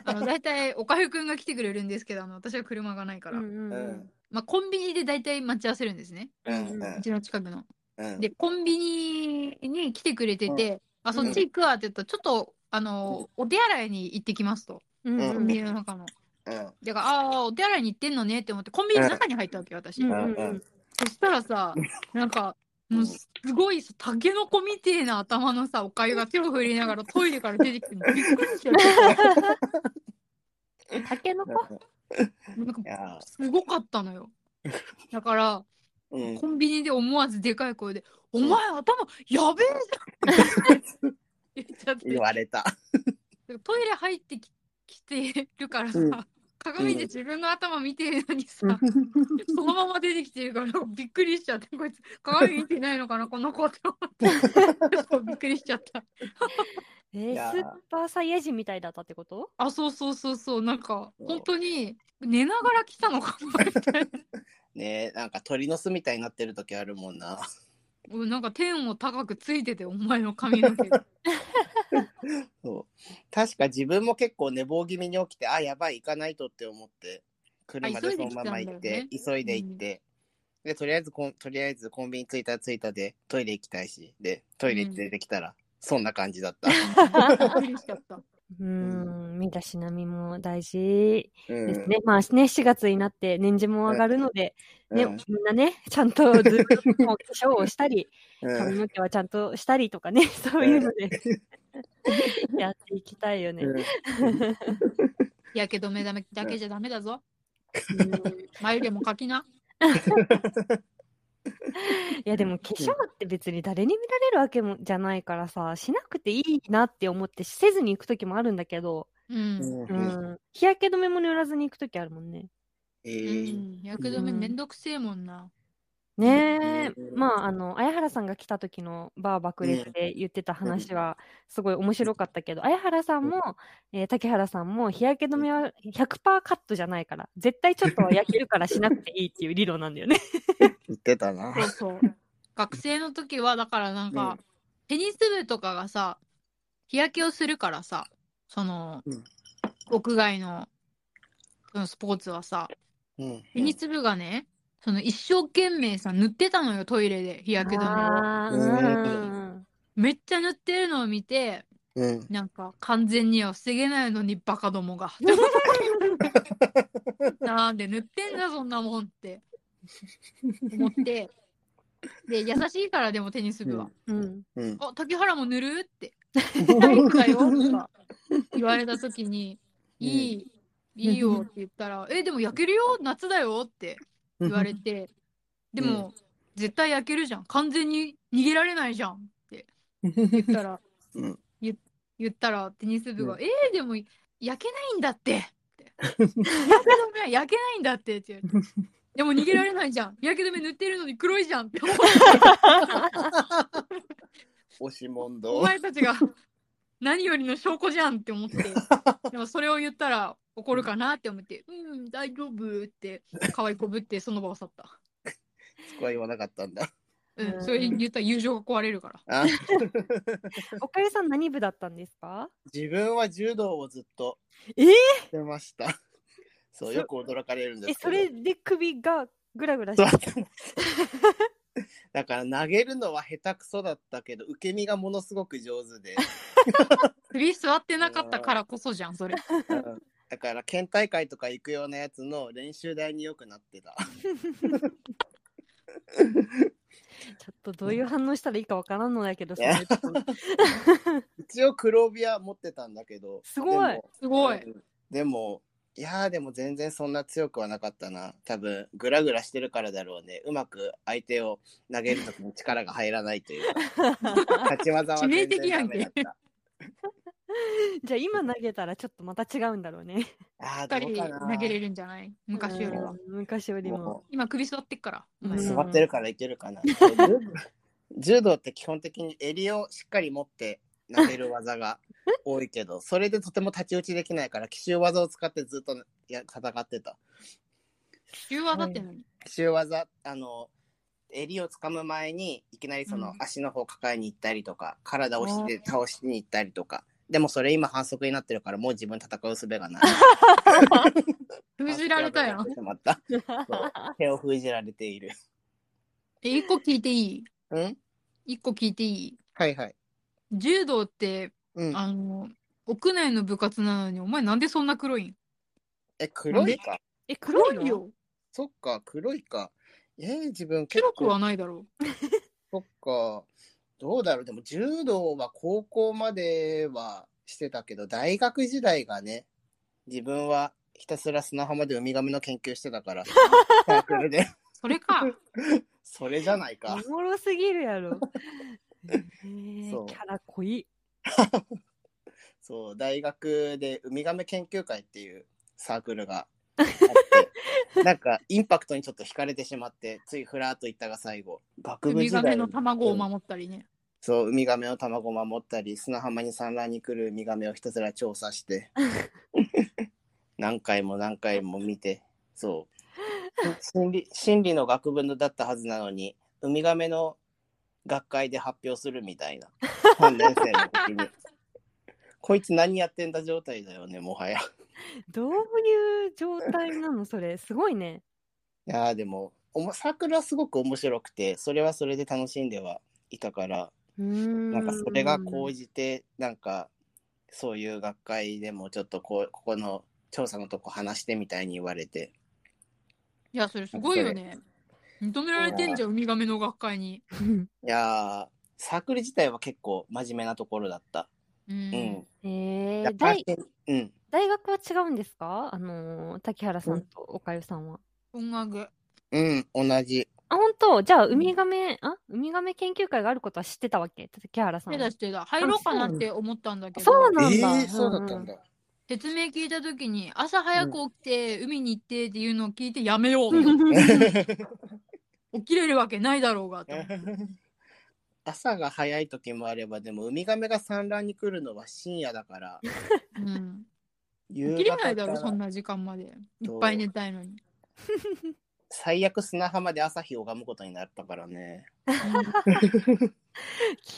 Speaker 4: あの、大体、おかゆくんが来てくれるんですけど、あの、私は車がないから、
Speaker 1: うんうん
Speaker 3: う
Speaker 1: うん
Speaker 3: ん。
Speaker 4: まあ、コンビニで大体待ち合わせるんですね。
Speaker 3: うん。う。
Speaker 4: うんちの近くの。
Speaker 3: うん。
Speaker 4: で、コンビニに来てくれてて、あ、そっち行くわって言ったら、ちょっと、あの、お手洗いに行ってきますと。
Speaker 1: うん
Speaker 3: う
Speaker 1: うん
Speaker 4: コンビニの中の。
Speaker 3: うん。
Speaker 4: だから、ああ、お手洗いに行ってんのねって思って、コンビニの中に入ったわけよ、私。
Speaker 1: うん
Speaker 3: うん
Speaker 1: うん
Speaker 4: そしたらさ、なんか、もうすごいさ、タケノコみてえな頭のさ、おかゆが手を振りながらトイレから出てきて、びっくりしちゃって、
Speaker 1: タケノコ
Speaker 4: なんか
Speaker 3: いや
Speaker 4: すごかったのよ。だから、
Speaker 3: ーうん。
Speaker 4: コンビニで思わずでかい声で、お前頭やべえじゃん言っちゃって
Speaker 3: 言われた。
Speaker 4: トイレ入ってききてるからさ、
Speaker 3: うん
Speaker 4: 鏡で自分の頭見てるのにさ、 そのまま出てきてるからびっくりしちゃって、こいつ鏡見てないのか な、この子って思って。 そうびっくりしちゃった。
Speaker 1: えー
Speaker 3: いやー
Speaker 1: スーパーサイヤ人みたいだったってこと
Speaker 4: あ、そうそうそうそう、なんか、
Speaker 3: そう
Speaker 4: 本当に寝ながら来たのかなみ たいな。
Speaker 3: ねえ、なんか鳥の巣みたいになってる時あるもんな。
Speaker 4: うんなんか天を高くついてて、お前の髪の毛が。
Speaker 3: そう。確か自分も結構寝坊気味に起きて、あ、やばい、行かないとって思って、車で
Speaker 4: あ急い
Speaker 3: そ
Speaker 4: で
Speaker 3: のまま行って、
Speaker 4: 来
Speaker 3: 急いで行って、で、とりあえずコン、とりあえずコンビニ着いたら着いたで、トイレ行きたいし、で、トイレ行って出てきたら、そんな感じだった。
Speaker 4: びっくりしちゃった。
Speaker 1: うん、身だしなみも大事
Speaker 3: うん
Speaker 1: ですね。まあね、4月になって年次も上がるので、ね、
Speaker 3: うん
Speaker 1: みんなね、ちゃんとずっともう化粧をしたり、
Speaker 3: う
Speaker 1: 髪
Speaker 3: ん
Speaker 1: の毛はちゃんとしたりとか ね、そういうので、 やっていきたいよね。
Speaker 3: うん
Speaker 4: 日焼け止めだめだけじゃダメだぞ。眉毛も描きな。
Speaker 1: いや、でも化粧って別に誰に見られるわけもじゃないからさ、しなくていいなって思って、せずに行くときもあるんだけど、
Speaker 4: うん。
Speaker 1: う
Speaker 3: うん
Speaker 1: ん、日焼け止めも塗らずに行くときあるもんね。
Speaker 3: え
Speaker 4: う
Speaker 3: ー
Speaker 4: ん。日焼け止めめんどくせえもんな。
Speaker 1: ねえ、
Speaker 3: うん
Speaker 1: まあ、あの、綾原さんが来た時のバー爆裂で言ってた話は、すごい面白かったけど、綾原さんも、えー竹原さんも、日焼け止めは100%カットじゃないから、絶対ちょっとは焼けるからしなくていいっていう理論なんだよね。
Speaker 3: 言ってたな。
Speaker 4: そう そう。学生の時は、だからなんか、テニス部とかがさ、日焼けをするからさ、その、
Speaker 3: うん
Speaker 4: 屋外の、そのスポーツはさ、
Speaker 3: うん
Speaker 4: テニス部がね、その一生懸命さ、塗ってたのよ、トイレで、日焼け止めを。
Speaker 1: あーうん
Speaker 4: めっちゃ塗ってるのを見て、
Speaker 3: うん。
Speaker 4: なんか、完全には防げないのに、バカどもが。 なんで塗ってんだ、そんなもんって。思って。で、優しいから、でもテニス部は。
Speaker 1: うん。
Speaker 3: うん。
Speaker 4: あ、竹原も塗るって。体育だよと か言われたときに、
Speaker 3: うん
Speaker 4: いい、いいよって言ったら、え、でも焼けるよ夏だよって言われて、でも、絶対焼けるじゃん。完全に逃げられないじゃんって言ったら、
Speaker 3: うん
Speaker 4: 言言ったら、テニス部が、
Speaker 3: う
Speaker 4: えー、でも焼けないんだって って。日焼け止めは焼けないんだってって言われ て。でも逃げられないじゃん。日焼け止め塗ってるのに黒いじゃんって思って
Speaker 3: 押し問
Speaker 4: お
Speaker 3: 答。
Speaker 4: 前たちが何よりの証拠じゃんって思って、でもそれを言ったら怒るかなって思って、うん、大丈夫って、可愛いこぶってその場を去った。
Speaker 3: そこは言わなかったんだ。
Speaker 4: うん、それ言ったら友情が壊れるから。
Speaker 3: あ
Speaker 1: おかゆさん何部だったんですか
Speaker 3: 自分は柔道をずっと
Speaker 1: えー
Speaker 3: してま した。そ
Speaker 1: そ
Speaker 3: う、よく驚かれるんで
Speaker 1: え、
Speaker 3: すけ
Speaker 1: そ
Speaker 3: ど。
Speaker 1: れで首がぐらぐらし
Speaker 3: 座
Speaker 1: て
Speaker 3: ってますだから投げるのは下手くそだったけど、受け身がものすごく上手で。
Speaker 4: 首座ってなかったからこそじゃん、それ。
Speaker 3: うんだから県大会とか行くようなやつの練習台によくなってた。
Speaker 1: ちょっとどういう反応したらいいかわからんのだけど、それ
Speaker 3: ね
Speaker 1: ちょっと
Speaker 3: 一応黒帯は持ってたんだけど。
Speaker 1: すごい
Speaker 3: でも
Speaker 4: すごい。
Speaker 3: うんでも、いやーでも全然そんな強くはなかったな。多分、グラグラしてるからだろうね。うまく相手を投げるときに力が入らないというか。立ち技は全然ダメ だった。
Speaker 1: じゃあ今投げたらちょっとまた違うんだろうね。
Speaker 3: あ
Speaker 4: し
Speaker 3: あ、
Speaker 4: っか
Speaker 3: ど
Speaker 4: り
Speaker 3: うかな。
Speaker 4: 投げれるんじゃない昔よりは。
Speaker 1: うん昔よりも。
Speaker 3: も
Speaker 4: 今首座ってっから。お
Speaker 1: う
Speaker 3: う、
Speaker 4: 前
Speaker 1: ん
Speaker 3: 座ってるからいけるかな。柔道って基本的に襟をしっかり持って投げる 技が多いけど、それでとても太刀打ちできないから、奇襲技を使ってずっとや戦ってた。
Speaker 4: 中和だってのに。
Speaker 3: 奇襲技あの襟を掴む前にいきなりそうの
Speaker 4: ん
Speaker 3: 足の方を抱えに行ったりとか、体を押して倒しに行ったりとかでもそれ今反則になってるからもう自分戦う術がない
Speaker 4: 封じられたやん
Speaker 3: 反。則がなくなってしまったそう 手を封じられている
Speaker 4: え、一個聞いていい
Speaker 3: うん
Speaker 4: 一個聞いていい
Speaker 3: はいはい
Speaker 4: 柔道って、
Speaker 3: うん
Speaker 4: あの、屋内の部活なのに、お前なんでそんな黒いん
Speaker 3: え黒いか
Speaker 1: え、黒いの
Speaker 4: よ。
Speaker 3: そっか黒いかえー、自分結
Speaker 4: 黒く
Speaker 3: 構
Speaker 4: はないだろ
Speaker 3: そっかどうだろうでも柔道は高校まではしてたけど大学時代がね自分はひたすら砂浜でウミガメの研究して たからサークルで
Speaker 4: う。それか。
Speaker 3: それじゃないか
Speaker 1: おもろすぎるや ろ。えー
Speaker 3: そう
Speaker 1: キャラ濃い。
Speaker 3: そう大学でウミガメ研究会っていうサークルが あってなんかインパクトにちょっと惹かれてしまってついふらっと行ったが最後学
Speaker 4: ウ
Speaker 3: 部
Speaker 4: ミ
Speaker 3: 時
Speaker 4: ガメ
Speaker 3: 代
Speaker 4: の卵を守ったりね。
Speaker 3: そう、ウミガメの卵を守ったり、砂浜に産卵に来るウミガメをひたすら調査して、何回も何回も見て、そう。心理心理の学部のだったはずなのに、ウミガメの学会で発表するみたいな、3年生の時に。こいつ何やってんだ状態だよね、もはや。
Speaker 1: どういう状態なのそれ。すごいね。
Speaker 3: いやーでも、おもサークルはすごく面白くて、それはそれで楽しんではいたから、
Speaker 1: な
Speaker 3: なんかそれが こうじて、なんかそういう学会でもちょっとこうここの調査のとこ話してみたいに言われて、
Speaker 4: いや、それすごいよね。認められてんじゃん、ウミガメの学会に。
Speaker 1: うん。
Speaker 3: いやー、サークル自体は結構真面目なところだった。
Speaker 4: う
Speaker 3: うんん。。
Speaker 1: え
Speaker 3: だ
Speaker 1: ー、
Speaker 3: から
Speaker 1: 大
Speaker 3: うん。
Speaker 1: 大学は違うんですかあのー、滝原さんとおかゆさんは。
Speaker 4: 音楽。
Speaker 3: うん、同じ。
Speaker 1: あ、本当じゃあ、ウミガメ、あウミガメ研究会があることは知ってたわけ滝原さん
Speaker 4: 手
Speaker 1: は。
Speaker 4: 出してた。入ろうかなって思ったんだけど、
Speaker 1: そうなんだ。
Speaker 3: えー、そうだったんだ。
Speaker 4: 説明聞いたときに、朝早く起きて、海に行ってっていうのを聞いてやめよ
Speaker 1: うん
Speaker 4: う。
Speaker 1: うん。
Speaker 4: 起きれるわけないだろうが と思って。
Speaker 3: 朝が早い時もあれば、でもウミガメが産卵に来るのは深夜だから、
Speaker 4: うん。
Speaker 3: 夕
Speaker 4: 起きれ
Speaker 3: 方
Speaker 4: ないだ
Speaker 3: か
Speaker 4: ろ、そん
Speaker 3: ら
Speaker 4: な時間まで。いっぱい寝たいのに。
Speaker 3: 最悪砂浜で朝日を拝むことになったからね。
Speaker 1: 聞い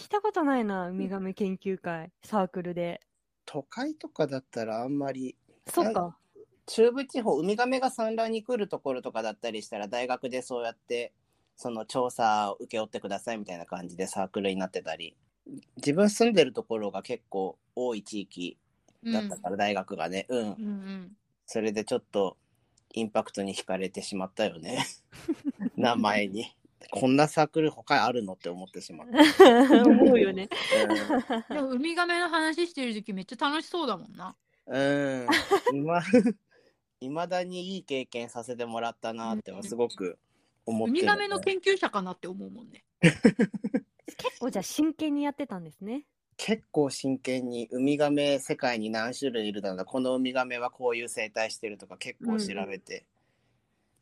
Speaker 1: たことないな、ウミガメ研究会、サークルで。
Speaker 3: 都会とかだったらあんまり
Speaker 1: そっか。
Speaker 3: 中部地方ウミガメが産卵に来るところとかだったりしたら大学でそうやってその調査を受け負ってくださいみたいな感じでサークルになってたり自分住んでるところが結構多い地域
Speaker 4: うん。
Speaker 3: だったから、大学がねうん、
Speaker 4: うんうん。
Speaker 3: それでちょっとインパクトに惹かれてしまった よね名前にこんなサークル他あるのって思ってしまった、
Speaker 1: 思うよね。
Speaker 4: でもウミガメの話してる時めっちゃ楽しそうだもんな。
Speaker 3: うん、うん、 今いまだにいい経験させてもらったなってはすごく思
Speaker 4: ウ
Speaker 3: って
Speaker 4: ミ
Speaker 3: るね
Speaker 4: ガメの研究者かなって思うもんね。
Speaker 1: 結構じゃあ真剣にやってたんですね。
Speaker 3: 結構真剣にウミガメ世界に何種類いるだろうなこのウミガメはこういう生態してるとか結構調べて、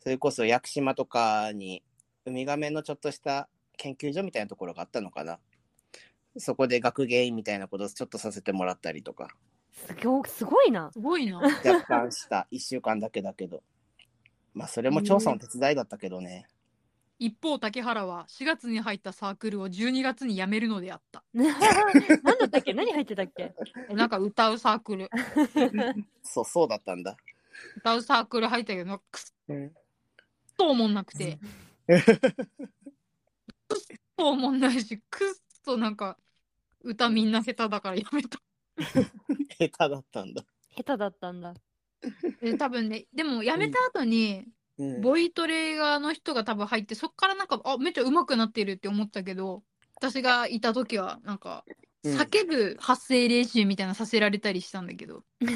Speaker 3: それこそ屋久島とかにウミガメのちょっとした研究所みたいなところがあったのかなそこで学芸員みたいなことをちょっとさせてもらったりとか
Speaker 1: すごすごいな。
Speaker 4: すごいな。
Speaker 3: 若干した1週間だけだけどまあそれも調査の手伝いだったけどね、
Speaker 4: 一方、竹原は4月に入ったサークルを12月に辞めるのであった。
Speaker 1: なんだったっけ何入ってたっけ
Speaker 4: えなんか歌うサー クル。
Speaker 3: そうそうだったんだ、
Speaker 4: 歌うサーク ル入ったけど、なんかくっ
Speaker 3: うん、
Speaker 4: と思んなくて。そうおもんないし、くっそなんか、歌みんな下手だからやめた。
Speaker 3: 下手だったんだ。
Speaker 1: 下手だったんだ。
Speaker 4: え多分ね、でもやめた後に、
Speaker 3: うん
Speaker 4: ボイトレ側の人が多分入って、そっからなんか、あ、めっちゃ上手くなってるって思ったけど、私がいた時は、なんか、
Speaker 3: うん
Speaker 4: 叫ぶ発声練習みたいなのさせられたりしたんだけど、
Speaker 3: ね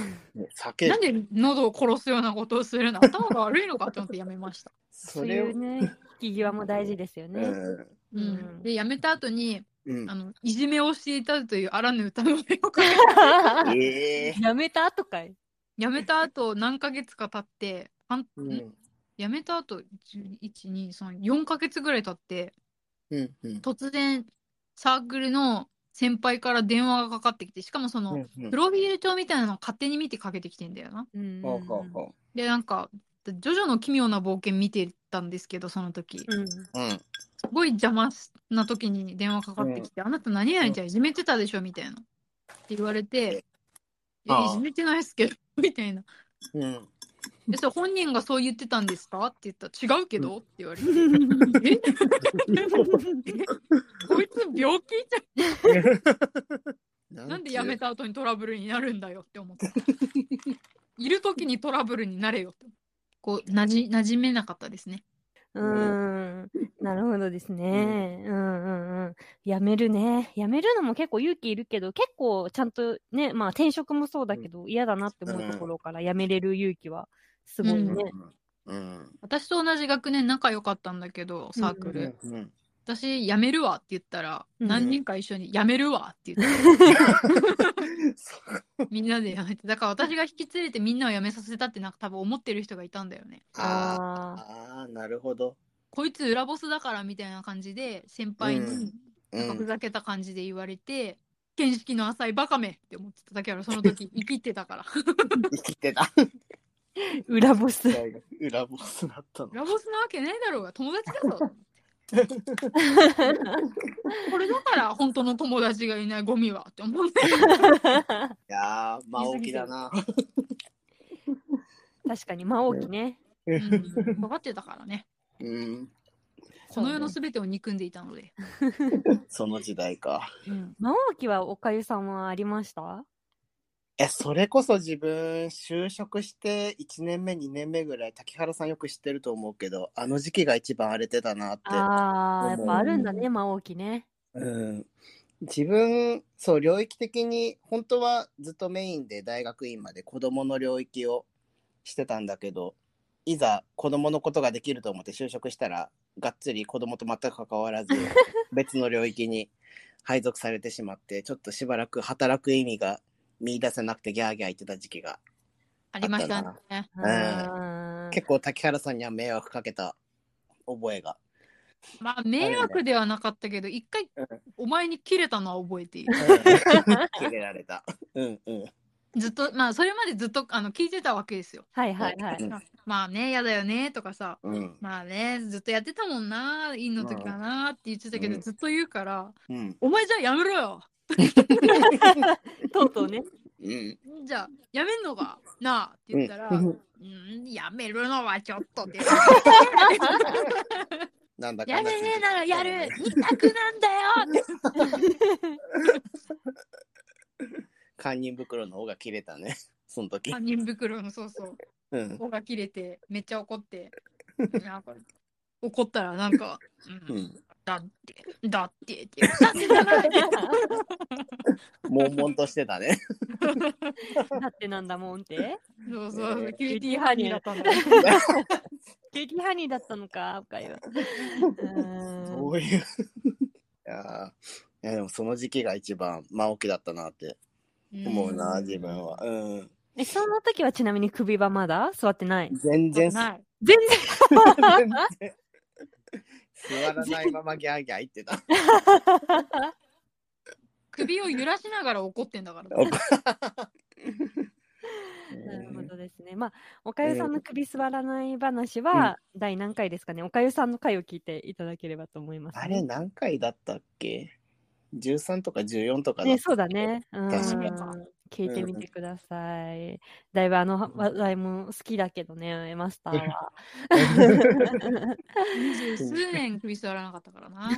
Speaker 3: 酒
Speaker 4: なんで喉を殺すようなことをするの頭が悪いのかって思ってやめました。
Speaker 1: そ
Speaker 3: そう
Speaker 1: い
Speaker 3: れを
Speaker 1: う。ね、引き際も大事ですよ
Speaker 3: う
Speaker 1: ね。
Speaker 3: ん
Speaker 1: う
Speaker 4: うんん、で、やめた後に、
Speaker 3: うん
Speaker 4: あの、いじめをしていたというあらぬ歌の声をか け
Speaker 3: ええ
Speaker 1: やめた後かい。
Speaker 4: やめた後何ヶ月か経って、半
Speaker 3: うん
Speaker 4: やめた後、1、2、3、4ヶ月ぐらい経って、
Speaker 3: うんうん
Speaker 4: 突然、サークルの先輩から電話がかかってきて、しかもその、
Speaker 3: うんうん
Speaker 4: プロフィール帳みたいなのを勝手に見てかけてきてんだよな。
Speaker 1: うん
Speaker 3: ほうほうほ
Speaker 4: で、なんか、ジョジョの奇妙な冒険見てたんですけど、その時。す
Speaker 1: うん
Speaker 3: ううん
Speaker 4: ごい邪魔な時に電話かかってきて、あなた何々ちゃんいじめてたでしょみたいな。って言われて、いや
Speaker 3: ああ
Speaker 4: いじめてないですけど、みたい な。
Speaker 3: うん
Speaker 4: で、それ本人がそう言ってたんですかって言ったら、違うけどって言われて、 えこいつ病気じゃん。なんで辞め
Speaker 3: た
Speaker 4: た後にトラブルになるんだよって思った。いる時にトラブルになれよって。こう、なじ、馴染めなかったですね。
Speaker 1: うんなるほどですね。うんうんうん。やめるね。やめるのも結構勇気いるけど、結構ちゃんとね、まあ転職もそうだけど、嫌だなって思うところからやめれる勇気はすごいね。
Speaker 3: うん
Speaker 4: 私と同じ学年仲良かったんだけど、サークル。
Speaker 3: うんうん
Speaker 4: 私、辞めるわって言ったら、
Speaker 1: うん
Speaker 4: 何人か一緒に辞めるわって言って、
Speaker 3: そう
Speaker 4: みんなで辞めて。だから私が引き連れてみんなを辞めさせたってなんか多分思ってる人がいたんだよね。
Speaker 3: あー
Speaker 1: あ
Speaker 3: あーなるほど
Speaker 4: こいつ裏ボスだからみたいな感じで、先輩に
Speaker 3: う
Speaker 4: なんかふ
Speaker 3: ん
Speaker 4: ざけた感じで言われて、見識の浅いバカめって思ってただけやろ、その時、生きてたから。
Speaker 3: 生きてた
Speaker 1: あ、裏ボス。
Speaker 3: 裏ボスだったの
Speaker 4: 裏ボスなわけないだろうが、友達だぞ。 これだから本当の友達がいないゴミはって思うね。
Speaker 3: いやー間置きだな
Speaker 1: 確かに、魔王記ね。
Speaker 4: うん、分かってたからね。
Speaker 3: うん
Speaker 4: この世のすべてを憎んでいたので。
Speaker 3: その時代か
Speaker 4: うん、
Speaker 1: 魔王記はおかゆさんはありました
Speaker 3: えそれこそ自分就職して1年目2年目ぐらい滝原さんよく知ってると思うけどあの時期が一番荒れてたなって
Speaker 1: ああ、やっぱあるんだね、
Speaker 4: う
Speaker 1: 魔王記ね。
Speaker 3: うん自分そう領域的に本当はずっとメインで大学院まで子どもの領域をしてたんだけどいざ子どものことができると思って就職したらがっつり子どもと全く関わらず別の領域に配属されてしまってちょっとしばらく働く意味が見出せなくてギャーギャー言ってた時期が
Speaker 4: ありました
Speaker 3: あっ
Speaker 4: ね。
Speaker 1: う
Speaker 3: うん
Speaker 1: ん
Speaker 3: 結構滝原さんには迷惑かけた覚えが。
Speaker 4: まあ、迷惑ではなかったけど、一回
Speaker 3: うん、
Speaker 4: お前に切れたのは覚えている。
Speaker 3: 切れられた。うんうん。
Speaker 4: ずっと、まあ、それまでずっとあの聞いてたわけですよ。
Speaker 1: はいはいはい。
Speaker 4: まあね、やだよね、とかさ。
Speaker 3: うん。
Speaker 4: まあね、ずっとやってたもんな、院の時かなって言ってたけ
Speaker 3: う
Speaker 4: ど、
Speaker 3: ん
Speaker 4: ずっと言うから、
Speaker 3: うん。
Speaker 4: お前じゃあやめろよ
Speaker 1: とうとうね。
Speaker 3: うん。
Speaker 4: じゃあやめんのかなあって言ったら、
Speaker 3: う
Speaker 4: うんん、やめるのはちょっとで
Speaker 3: なん だか
Speaker 2: や
Speaker 3: んだ
Speaker 2: めねえならやる二択なんだよ
Speaker 3: 堪忍袋の方が切れたね。 その時
Speaker 4: 堪。忍袋のそうそう、
Speaker 3: うん。
Speaker 4: 尾が切れて、めっちゃ怒 って、なんか怒ったらなんか、う、
Speaker 3: うんん。
Speaker 4: だって、だってって言う、だってじゃない
Speaker 3: 悶々としてたね。
Speaker 1: だってなんだもんって。
Speaker 4: そうそう
Speaker 3: えー、
Speaker 4: キューティーハニー だったんだ。
Speaker 1: ケーキハニーだったのか、おかゆは。うーん
Speaker 3: そう いう。いやーいやでもその時期が一番間置きだったなって思うな、自分は。うん。
Speaker 1: え、その時はちなみに首はまだ座ってない。
Speaker 3: 全然す
Speaker 4: ない。
Speaker 1: 全然。
Speaker 3: 全然座らないままギャーギャー言ってた。
Speaker 4: 首を揺らしながら怒ってんだから。
Speaker 1: なるほどですね。まあ、おかゆさんの首座らない話は、第何回ですかね。おかゆさんの回を聞いていただければと思います、
Speaker 3: あれ何回だったっけ13とか14とかだ
Speaker 1: ね、そうだ ね。うん。
Speaker 3: 確かに
Speaker 1: 聞いてみてください。だいぶあの話題も好きだけどね、マスター は。
Speaker 4: 十数年首座らなかったからな。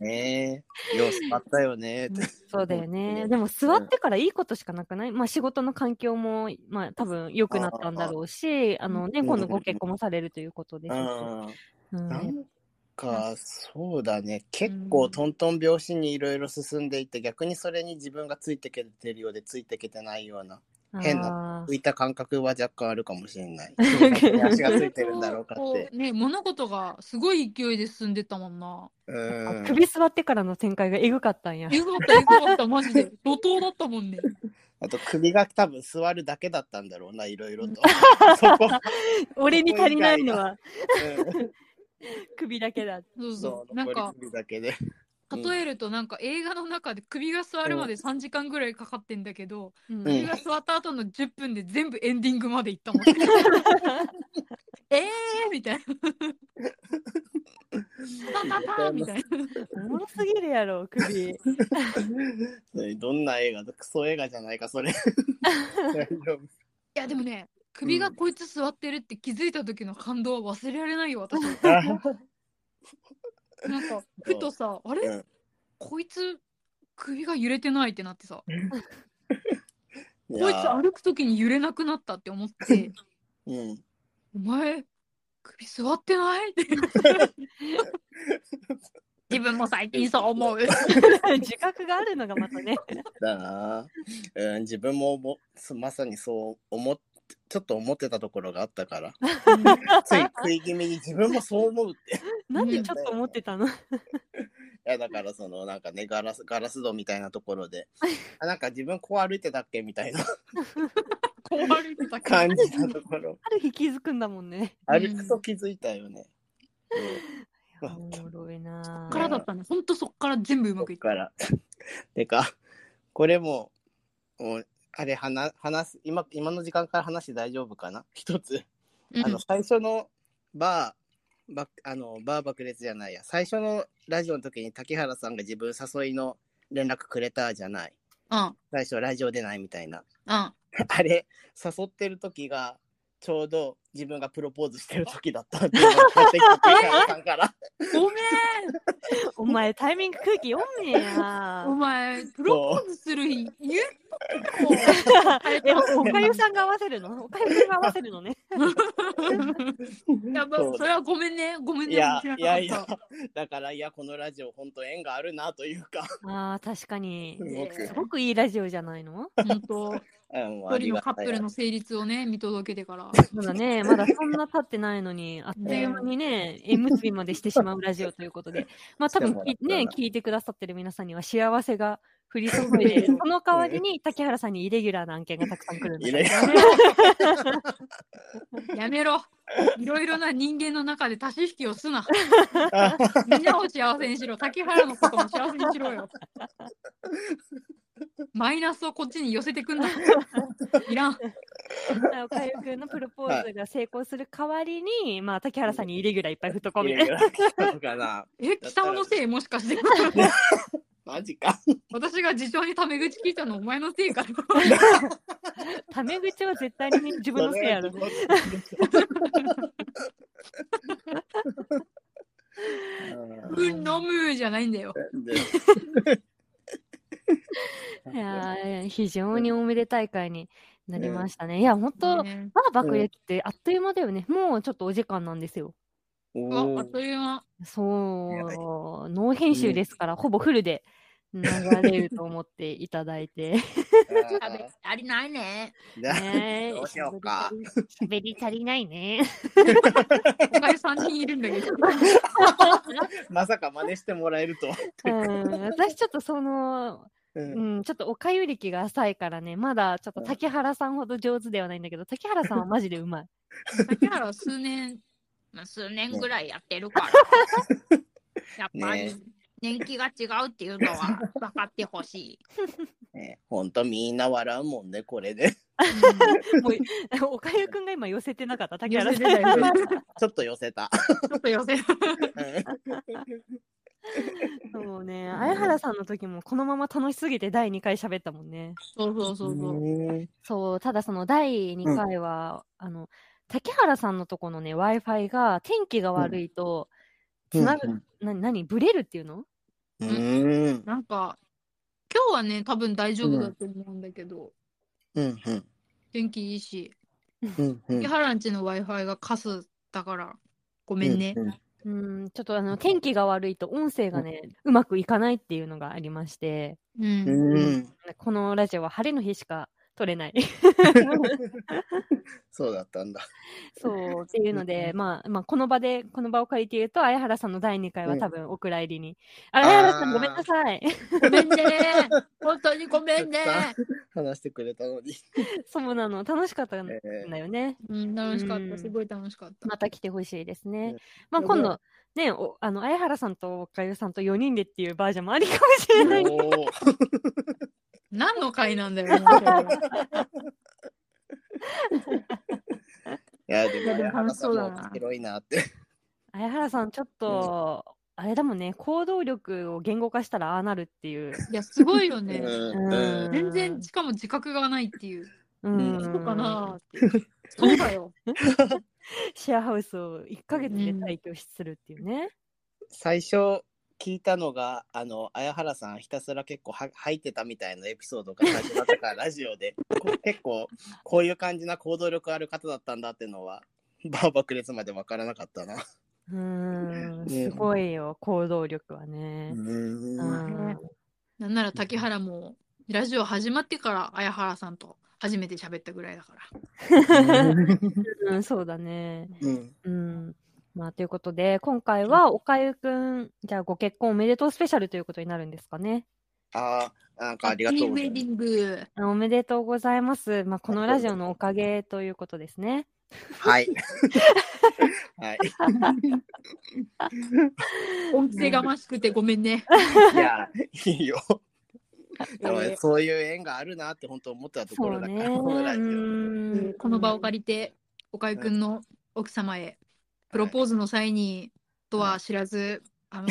Speaker 3: ねえ。よう座ったよねって。
Speaker 1: そうだよね。でも座ってからいいことしかなくない、まあ仕事の環境も、まあ多分良くなったんだろうし、あのね、今度ご結婚もされるということですし。
Speaker 3: うん。
Speaker 1: うん
Speaker 3: なんか、そうだね。結構、トントン拍子にいろいろ進んでいって、逆にそれに自分がついてけてるようで、ついてけてないような、変
Speaker 1: な
Speaker 3: 浮いた感覚は若干あるかもしれない。足がついてるんだろうかっ
Speaker 4: こ
Speaker 3: て。
Speaker 4: うね、物事がすごい勢いで進んでったもんな。
Speaker 3: うん。
Speaker 1: 首座ってからの展開がエグかった んや。
Speaker 4: よかった、よかった、マジで。怒涛だったもんね。
Speaker 3: あと、首が多分座るだけだったんだろうな、いろいろと。そこ。
Speaker 1: 俺に足りないのは
Speaker 3: うん
Speaker 1: 首だけだ。
Speaker 4: そう
Speaker 3: そ、
Speaker 4: そうう。なん
Speaker 3: 残り
Speaker 4: か、
Speaker 3: 首だけで。 うん
Speaker 4: 例えるとなんか映画の中で首が座るまで3時間ぐらいかかってんだけど、
Speaker 1: うん
Speaker 3: うん
Speaker 4: 首が座った後の10分で全部エンディングまで行った もん。えーみたいな。パパパーみたい
Speaker 1: おもろすぎるやろ、 首。
Speaker 3: ねどんな映画だクソ映画じゃないか、それ。大丈夫。
Speaker 4: いやでもね首がこいつ座ってるって気づいた時の感動は忘れられないよ私
Speaker 3: あ
Speaker 4: なんかふとさあれ、
Speaker 3: うん
Speaker 4: こいつ首が揺れてないってなってさ
Speaker 3: い
Speaker 4: こいつ
Speaker 3: や
Speaker 4: 歩く時に揺れなくなったって思って
Speaker 3: うん。
Speaker 4: お前首座って ないって自分も最近そう思う
Speaker 1: 自覚があるのがまたね。
Speaker 3: だな、うん、自分ももそまさにそう思っちょっと思ってたところがあったから つい食い気味に自分もそう思うって い
Speaker 1: なんでちょっと思ってたの
Speaker 3: やだからそのなんかねガラスガラス戸みたいなところ であなんか自分こう歩いてたっけみたいな
Speaker 4: こう歩いてたから
Speaker 3: 感じたところ
Speaker 1: ある日気づくんだもんね。
Speaker 4: うん
Speaker 3: 歩くと気づいたよね、
Speaker 1: お
Speaker 3: うん
Speaker 1: もろいな
Speaker 4: そっからだったねほんとそっから全部うま
Speaker 3: こ
Speaker 4: くい
Speaker 3: っ
Speaker 4: った
Speaker 3: から。 てか、これもう、もうあれ話、話す、今、今の時間から話して大丈夫かな一つ。あの、最初のバー、バあの、バー爆裂じゃないや。最初のラジオの時に竹原さんが自分誘いの連絡くれたじゃない。
Speaker 4: うん
Speaker 3: 最初ラジオ出ないみたいな。
Speaker 4: うん
Speaker 3: あれ、誘ってる時が、ちょうど自分がプロポーズしてる時だっ たっていうのを買ってきた竹原さんから。
Speaker 4: ごめ
Speaker 1: お前タイミング空気読めや
Speaker 4: んお。前プロポーズする日言うとこ
Speaker 1: え、おかゆさんが合わせるのおかゆさんが合わせるのね。
Speaker 4: やば
Speaker 3: そう
Speaker 4: それはごめんね、ごめん
Speaker 3: い
Speaker 4: ね、
Speaker 3: や
Speaker 4: 知ら、
Speaker 3: いやい
Speaker 4: なか
Speaker 3: や
Speaker 4: った。、
Speaker 3: だから、いや、このラジオ、本当縁があるなというか、
Speaker 1: ああ、確かに。
Speaker 3: すごく
Speaker 1: すごくいいラジオじゃないの
Speaker 4: 本 当、
Speaker 3: うん
Speaker 4: 一人のカップル。
Speaker 3: ありがたい
Speaker 4: の成立をね、見届けてから。
Speaker 1: そうだね。まだそんな経ってないのに、あっという間にね、縁結びまでしてしまうラジオということ で。まあ多分きね、聞いてくださってる皆さんには幸せが降り注いで、 その代わりに竹原さんにイレギュラーな案件がたくさん来るんだ
Speaker 3: イ
Speaker 1: よ
Speaker 3: レ ギ
Speaker 1: ね。
Speaker 3: ュラ
Speaker 4: やめろ。いろいろな人間の中で足し引きをすな。みんなを幸せにしろ。竹原のことも幸せにしろよ。マイナスをこっちに寄せてくんな。いらん。
Speaker 1: おかゆくんのプロポーズが成功する代わりに、まあ竹原さんにイレギュラーいっぱい振っとこう
Speaker 3: イ
Speaker 1: みた
Speaker 3: レ
Speaker 1: い
Speaker 3: ギュ
Speaker 1: な。
Speaker 3: ラー来たのかな
Speaker 4: え、貴様のせいもしかして。
Speaker 3: マジか。
Speaker 4: 私が事情にタメ口聞いたのお前のせいか。
Speaker 1: タメ口は絶対に自分のせいやろ。
Speaker 4: うん、飲むじゃないんだよ。
Speaker 1: いやー非常におめでたい会になりましたね。いや、本当、バ
Speaker 4: ね
Speaker 1: ー爆裂ってあっという間だよね。もうちょっとお時間なんですよ。
Speaker 4: ああっという間。
Speaker 3: やばい
Speaker 1: そう、ノー編集ですから、ほぼフルで流れると思っていただい て。
Speaker 4: 食べ足りないね。
Speaker 1: ねえ
Speaker 3: どうしようか。
Speaker 1: 喋り足りない ね。
Speaker 4: お前三人いるんだけ ど。
Speaker 3: まさか真似してもらえるとは。
Speaker 1: うん、私ちょっとその、うん、ちょっとおかゆ歴が浅いからね、まだちょっと竹原さんほど上手ではないんだけど、竹原さんはマジでうま い。
Speaker 4: 竹原は数年、まあ、数年ぐらいやってるから。やっぱり
Speaker 3: ね
Speaker 4: 年季が違うっていうのは分かってほしい。
Speaker 3: ねほんとみんな笑うもんね、これで。
Speaker 1: もう、 おかゆくんが今寄せてなかった、竹
Speaker 4: 寄
Speaker 1: 原
Speaker 4: せ
Speaker 1: さ
Speaker 4: て
Speaker 1: ん。
Speaker 4: たよね
Speaker 3: ちょっと寄せた。
Speaker 4: ちょっと寄せる。
Speaker 1: そう ね、綾原さんの時もこのまま楽しすぎて第2回喋ったもんね。
Speaker 4: そうそうそうそう。
Speaker 3: ね
Speaker 1: そう、ただその第2回は、あの、竹原さんのとこのね、Wi-Fi が天気が悪いと、つなぐ、な、なに、ブレるっていうの
Speaker 3: うんうん
Speaker 4: なんか、今日はね、多分大丈夫だと思うんだけど、
Speaker 3: うんうん
Speaker 4: 天気いいし、
Speaker 3: うんうん
Speaker 4: 木原んちの Wi-Fi がカスだから、ごめんね。
Speaker 3: うんうん
Speaker 1: うん、ちょっとあの、天気が悪いと音声がね、うまくいかないっていうのがありまして、
Speaker 4: うん。
Speaker 3: うん
Speaker 1: このラジオは晴れの日しか撮れない。
Speaker 3: そうだったんだ。
Speaker 1: そう、っていうので、まあ、まあ、この場で、この場を借りて言うと、綾原さんの第2回は多分お蔵入りに。あ綾原さんごめんなさい。
Speaker 4: ごめんね。本当にごめんね。
Speaker 3: 話してくれたのに。
Speaker 1: そうなの、楽しかったんだ
Speaker 3: えー
Speaker 1: よね。
Speaker 4: うん、楽しかっ
Speaker 1: う
Speaker 4: た。
Speaker 1: ん
Speaker 4: すごい楽しかった。
Speaker 1: また来てほしいですね
Speaker 3: ね。
Speaker 1: まあ、
Speaker 3: でも
Speaker 1: 今度、ね、おあの、綾原さんとおかゆさんと4人でっていうバージョンもありかもしれない。
Speaker 3: おー
Speaker 4: 何の回なんだよ、もうこれは
Speaker 3: いや、で
Speaker 4: いやで
Speaker 3: も、
Speaker 4: も楽しそうだな
Speaker 3: 面白いなって。
Speaker 1: 綾原さん、ちょっと、あれだもんね、行動力を言語化したらああなるっていう。
Speaker 4: いや、すごいよ
Speaker 3: う
Speaker 4: ね。
Speaker 3: ん
Speaker 1: うん
Speaker 4: 全然、しかも自覚がないっていう。
Speaker 1: うん。
Speaker 4: そうかなーって。そうだよ。
Speaker 1: シェアハウスを1ヶ月で退去するっていうね。
Speaker 3: 最初聞いたのが、あの、綾原さんひたすら結構は入ってたみたいなエピソードが始まったから、ラジオで、こ結構、こういう感じな行動力ある方だったんだってのは、 バーバクレスまでわからなかったな。
Speaker 1: うん、
Speaker 3: ね
Speaker 1: すごいよ、行動力はね。
Speaker 3: うん
Speaker 1: うん
Speaker 4: なんなら竹原も、ラジオ始まってから、綾原さんと初めて喋ったぐらいだから。
Speaker 1: うん、そうだね。
Speaker 3: うん
Speaker 1: うん。まあ、ということで、今回は、おかゆくん、じゃあ、ご結婚おめでとうスペシャルということになるんですかね。
Speaker 3: ああ、なんかありがとうござい
Speaker 4: ハッピーウェデ
Speaker 3: ま
Speaker 4: ィング。
Speaker 1: あおめでとうございます。まあ、このラジオのおかげということですね。
Speaker 3: す。はい。はい。
Speaker 4: 音声がましくてごめんね。
Speaker 3: いや、いいよ。でも
Speaker 4: いえ
Speaker 3: そういう縁があるなって本当思ってたとこ
Speaker 1: そ
Speaker 3: ろ
Speaker 1: う
Speaker 3: だか
Speaker 1: ね。
Speaker 3: ら、このラジオ。
Speaker 1: うん
Speaker 4: この場を借りて、おかゆくんの奥様へ、プロポーズの際に、とは知らず、あの、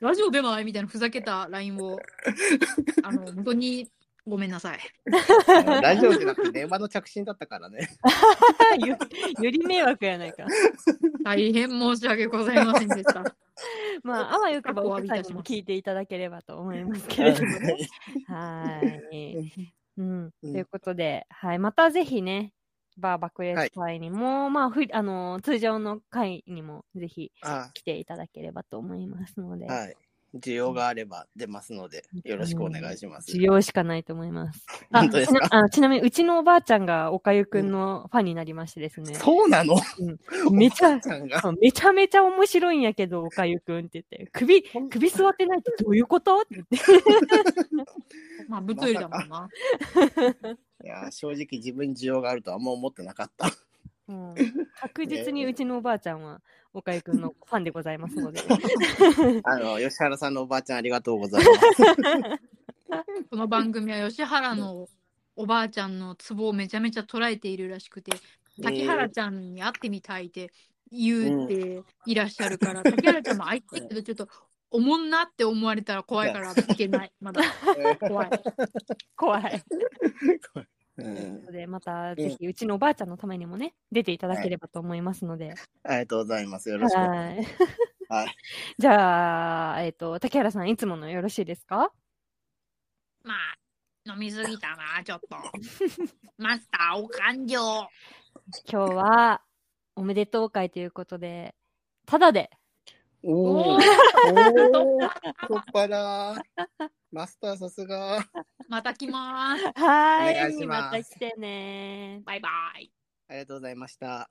Speaker 4: ラジオ出ないみたいなふざけた LINE を、あの、本当にごめんなさい。
Speaker 3: ラジオじゃなくて電話の着信だったか らね。
Speaker 1: り。よ より迷惑やないか。
Speaker 4: 大変申し訳ございませんでした。
Speaker 1: まあ、あわよくば奥さんにも聞いていただければと思いますけれども。はい。うん、と
Speaker 3: うん
Speaker 1: いうことで、はい、またぜひね、バー爆裂会にも、まあふあの、通常の会にもぜひ
Speaker 3: あ
Speaker 1: 来ていただければと思いますので、
Speaker 3: はい。需要があれば出ますので、よろしくお願いします。
Speaker 1: 需要しかないと思います。あ
Speaker 3: 本当ですか
Speaker 1: ちなあちなみに、うちのおばあちゃんがおかゆくんのファンになりましてですね、
Speaker 3: そうなの
Speaker 1: めち
Speaker 3: おば
Speaker 1: ゃ
Speaker 3: あ、ちゃんが。
Speaker 1: そうめちゃめちゃ面白いんやけど、おかゆくんって言って、首、首座ってないってどういうことって言って。
Speaker 4: まあ、物理だもんな。
Speaker 3: いや、正直自分に需要があるとはあんま思ってな かった。
Speaker 1: うん、確実にうちのおばあちゃんは、おかゆくんのファンでございます ので。
Speaker 3: あの、吉原さんのおばあちゃんありがとう ございます。
Speaker 4: この番組は吉原のおばあちゃんのツボをめちゃめちゃ捉えているらしくて、竹原ちゃんに会ってみたいって言うっていらっしゃるから、竹原ちゃんも会いたいけど、ちょっと、おもんなって思われたら怖いからいけない。まだ怖い。
Speaker 1: 怖い。 と
Speaker 3: う
Speaker 1: いうんことで、また、ぜひ、うちのおばあちゃんのためにもね、出ていただければと思いますので。
Speaker 3: ありがとうございます。よろしく。
Speaker 1: はい。
Speaker 3: はい。
Speaker 1: じゃあ、えっ、と、竹原さん、いつものよろしいですか
Speaker 4: まあ、飲みすぎたな、ちょっと。マスター、お勘定。
Speaker 1: 今日は、おめでとう会ということで、ただで、
Speaker 3: お
Speaker 4: お
Speaker 3: お
Speaker 4: ー
Speaker 3: おお太っ腹マスターさすが。
Speaker 4: また来ます。
Speaker 1: は
Speaker 3: お願い
Speaker 1: ーい。
Speaker 3: し
Speaker 1: ま
Speaker 3: ます
Speaker 1: た来てね
Speaker 4: バイバイ。
Speaker 3: ありがとうございました。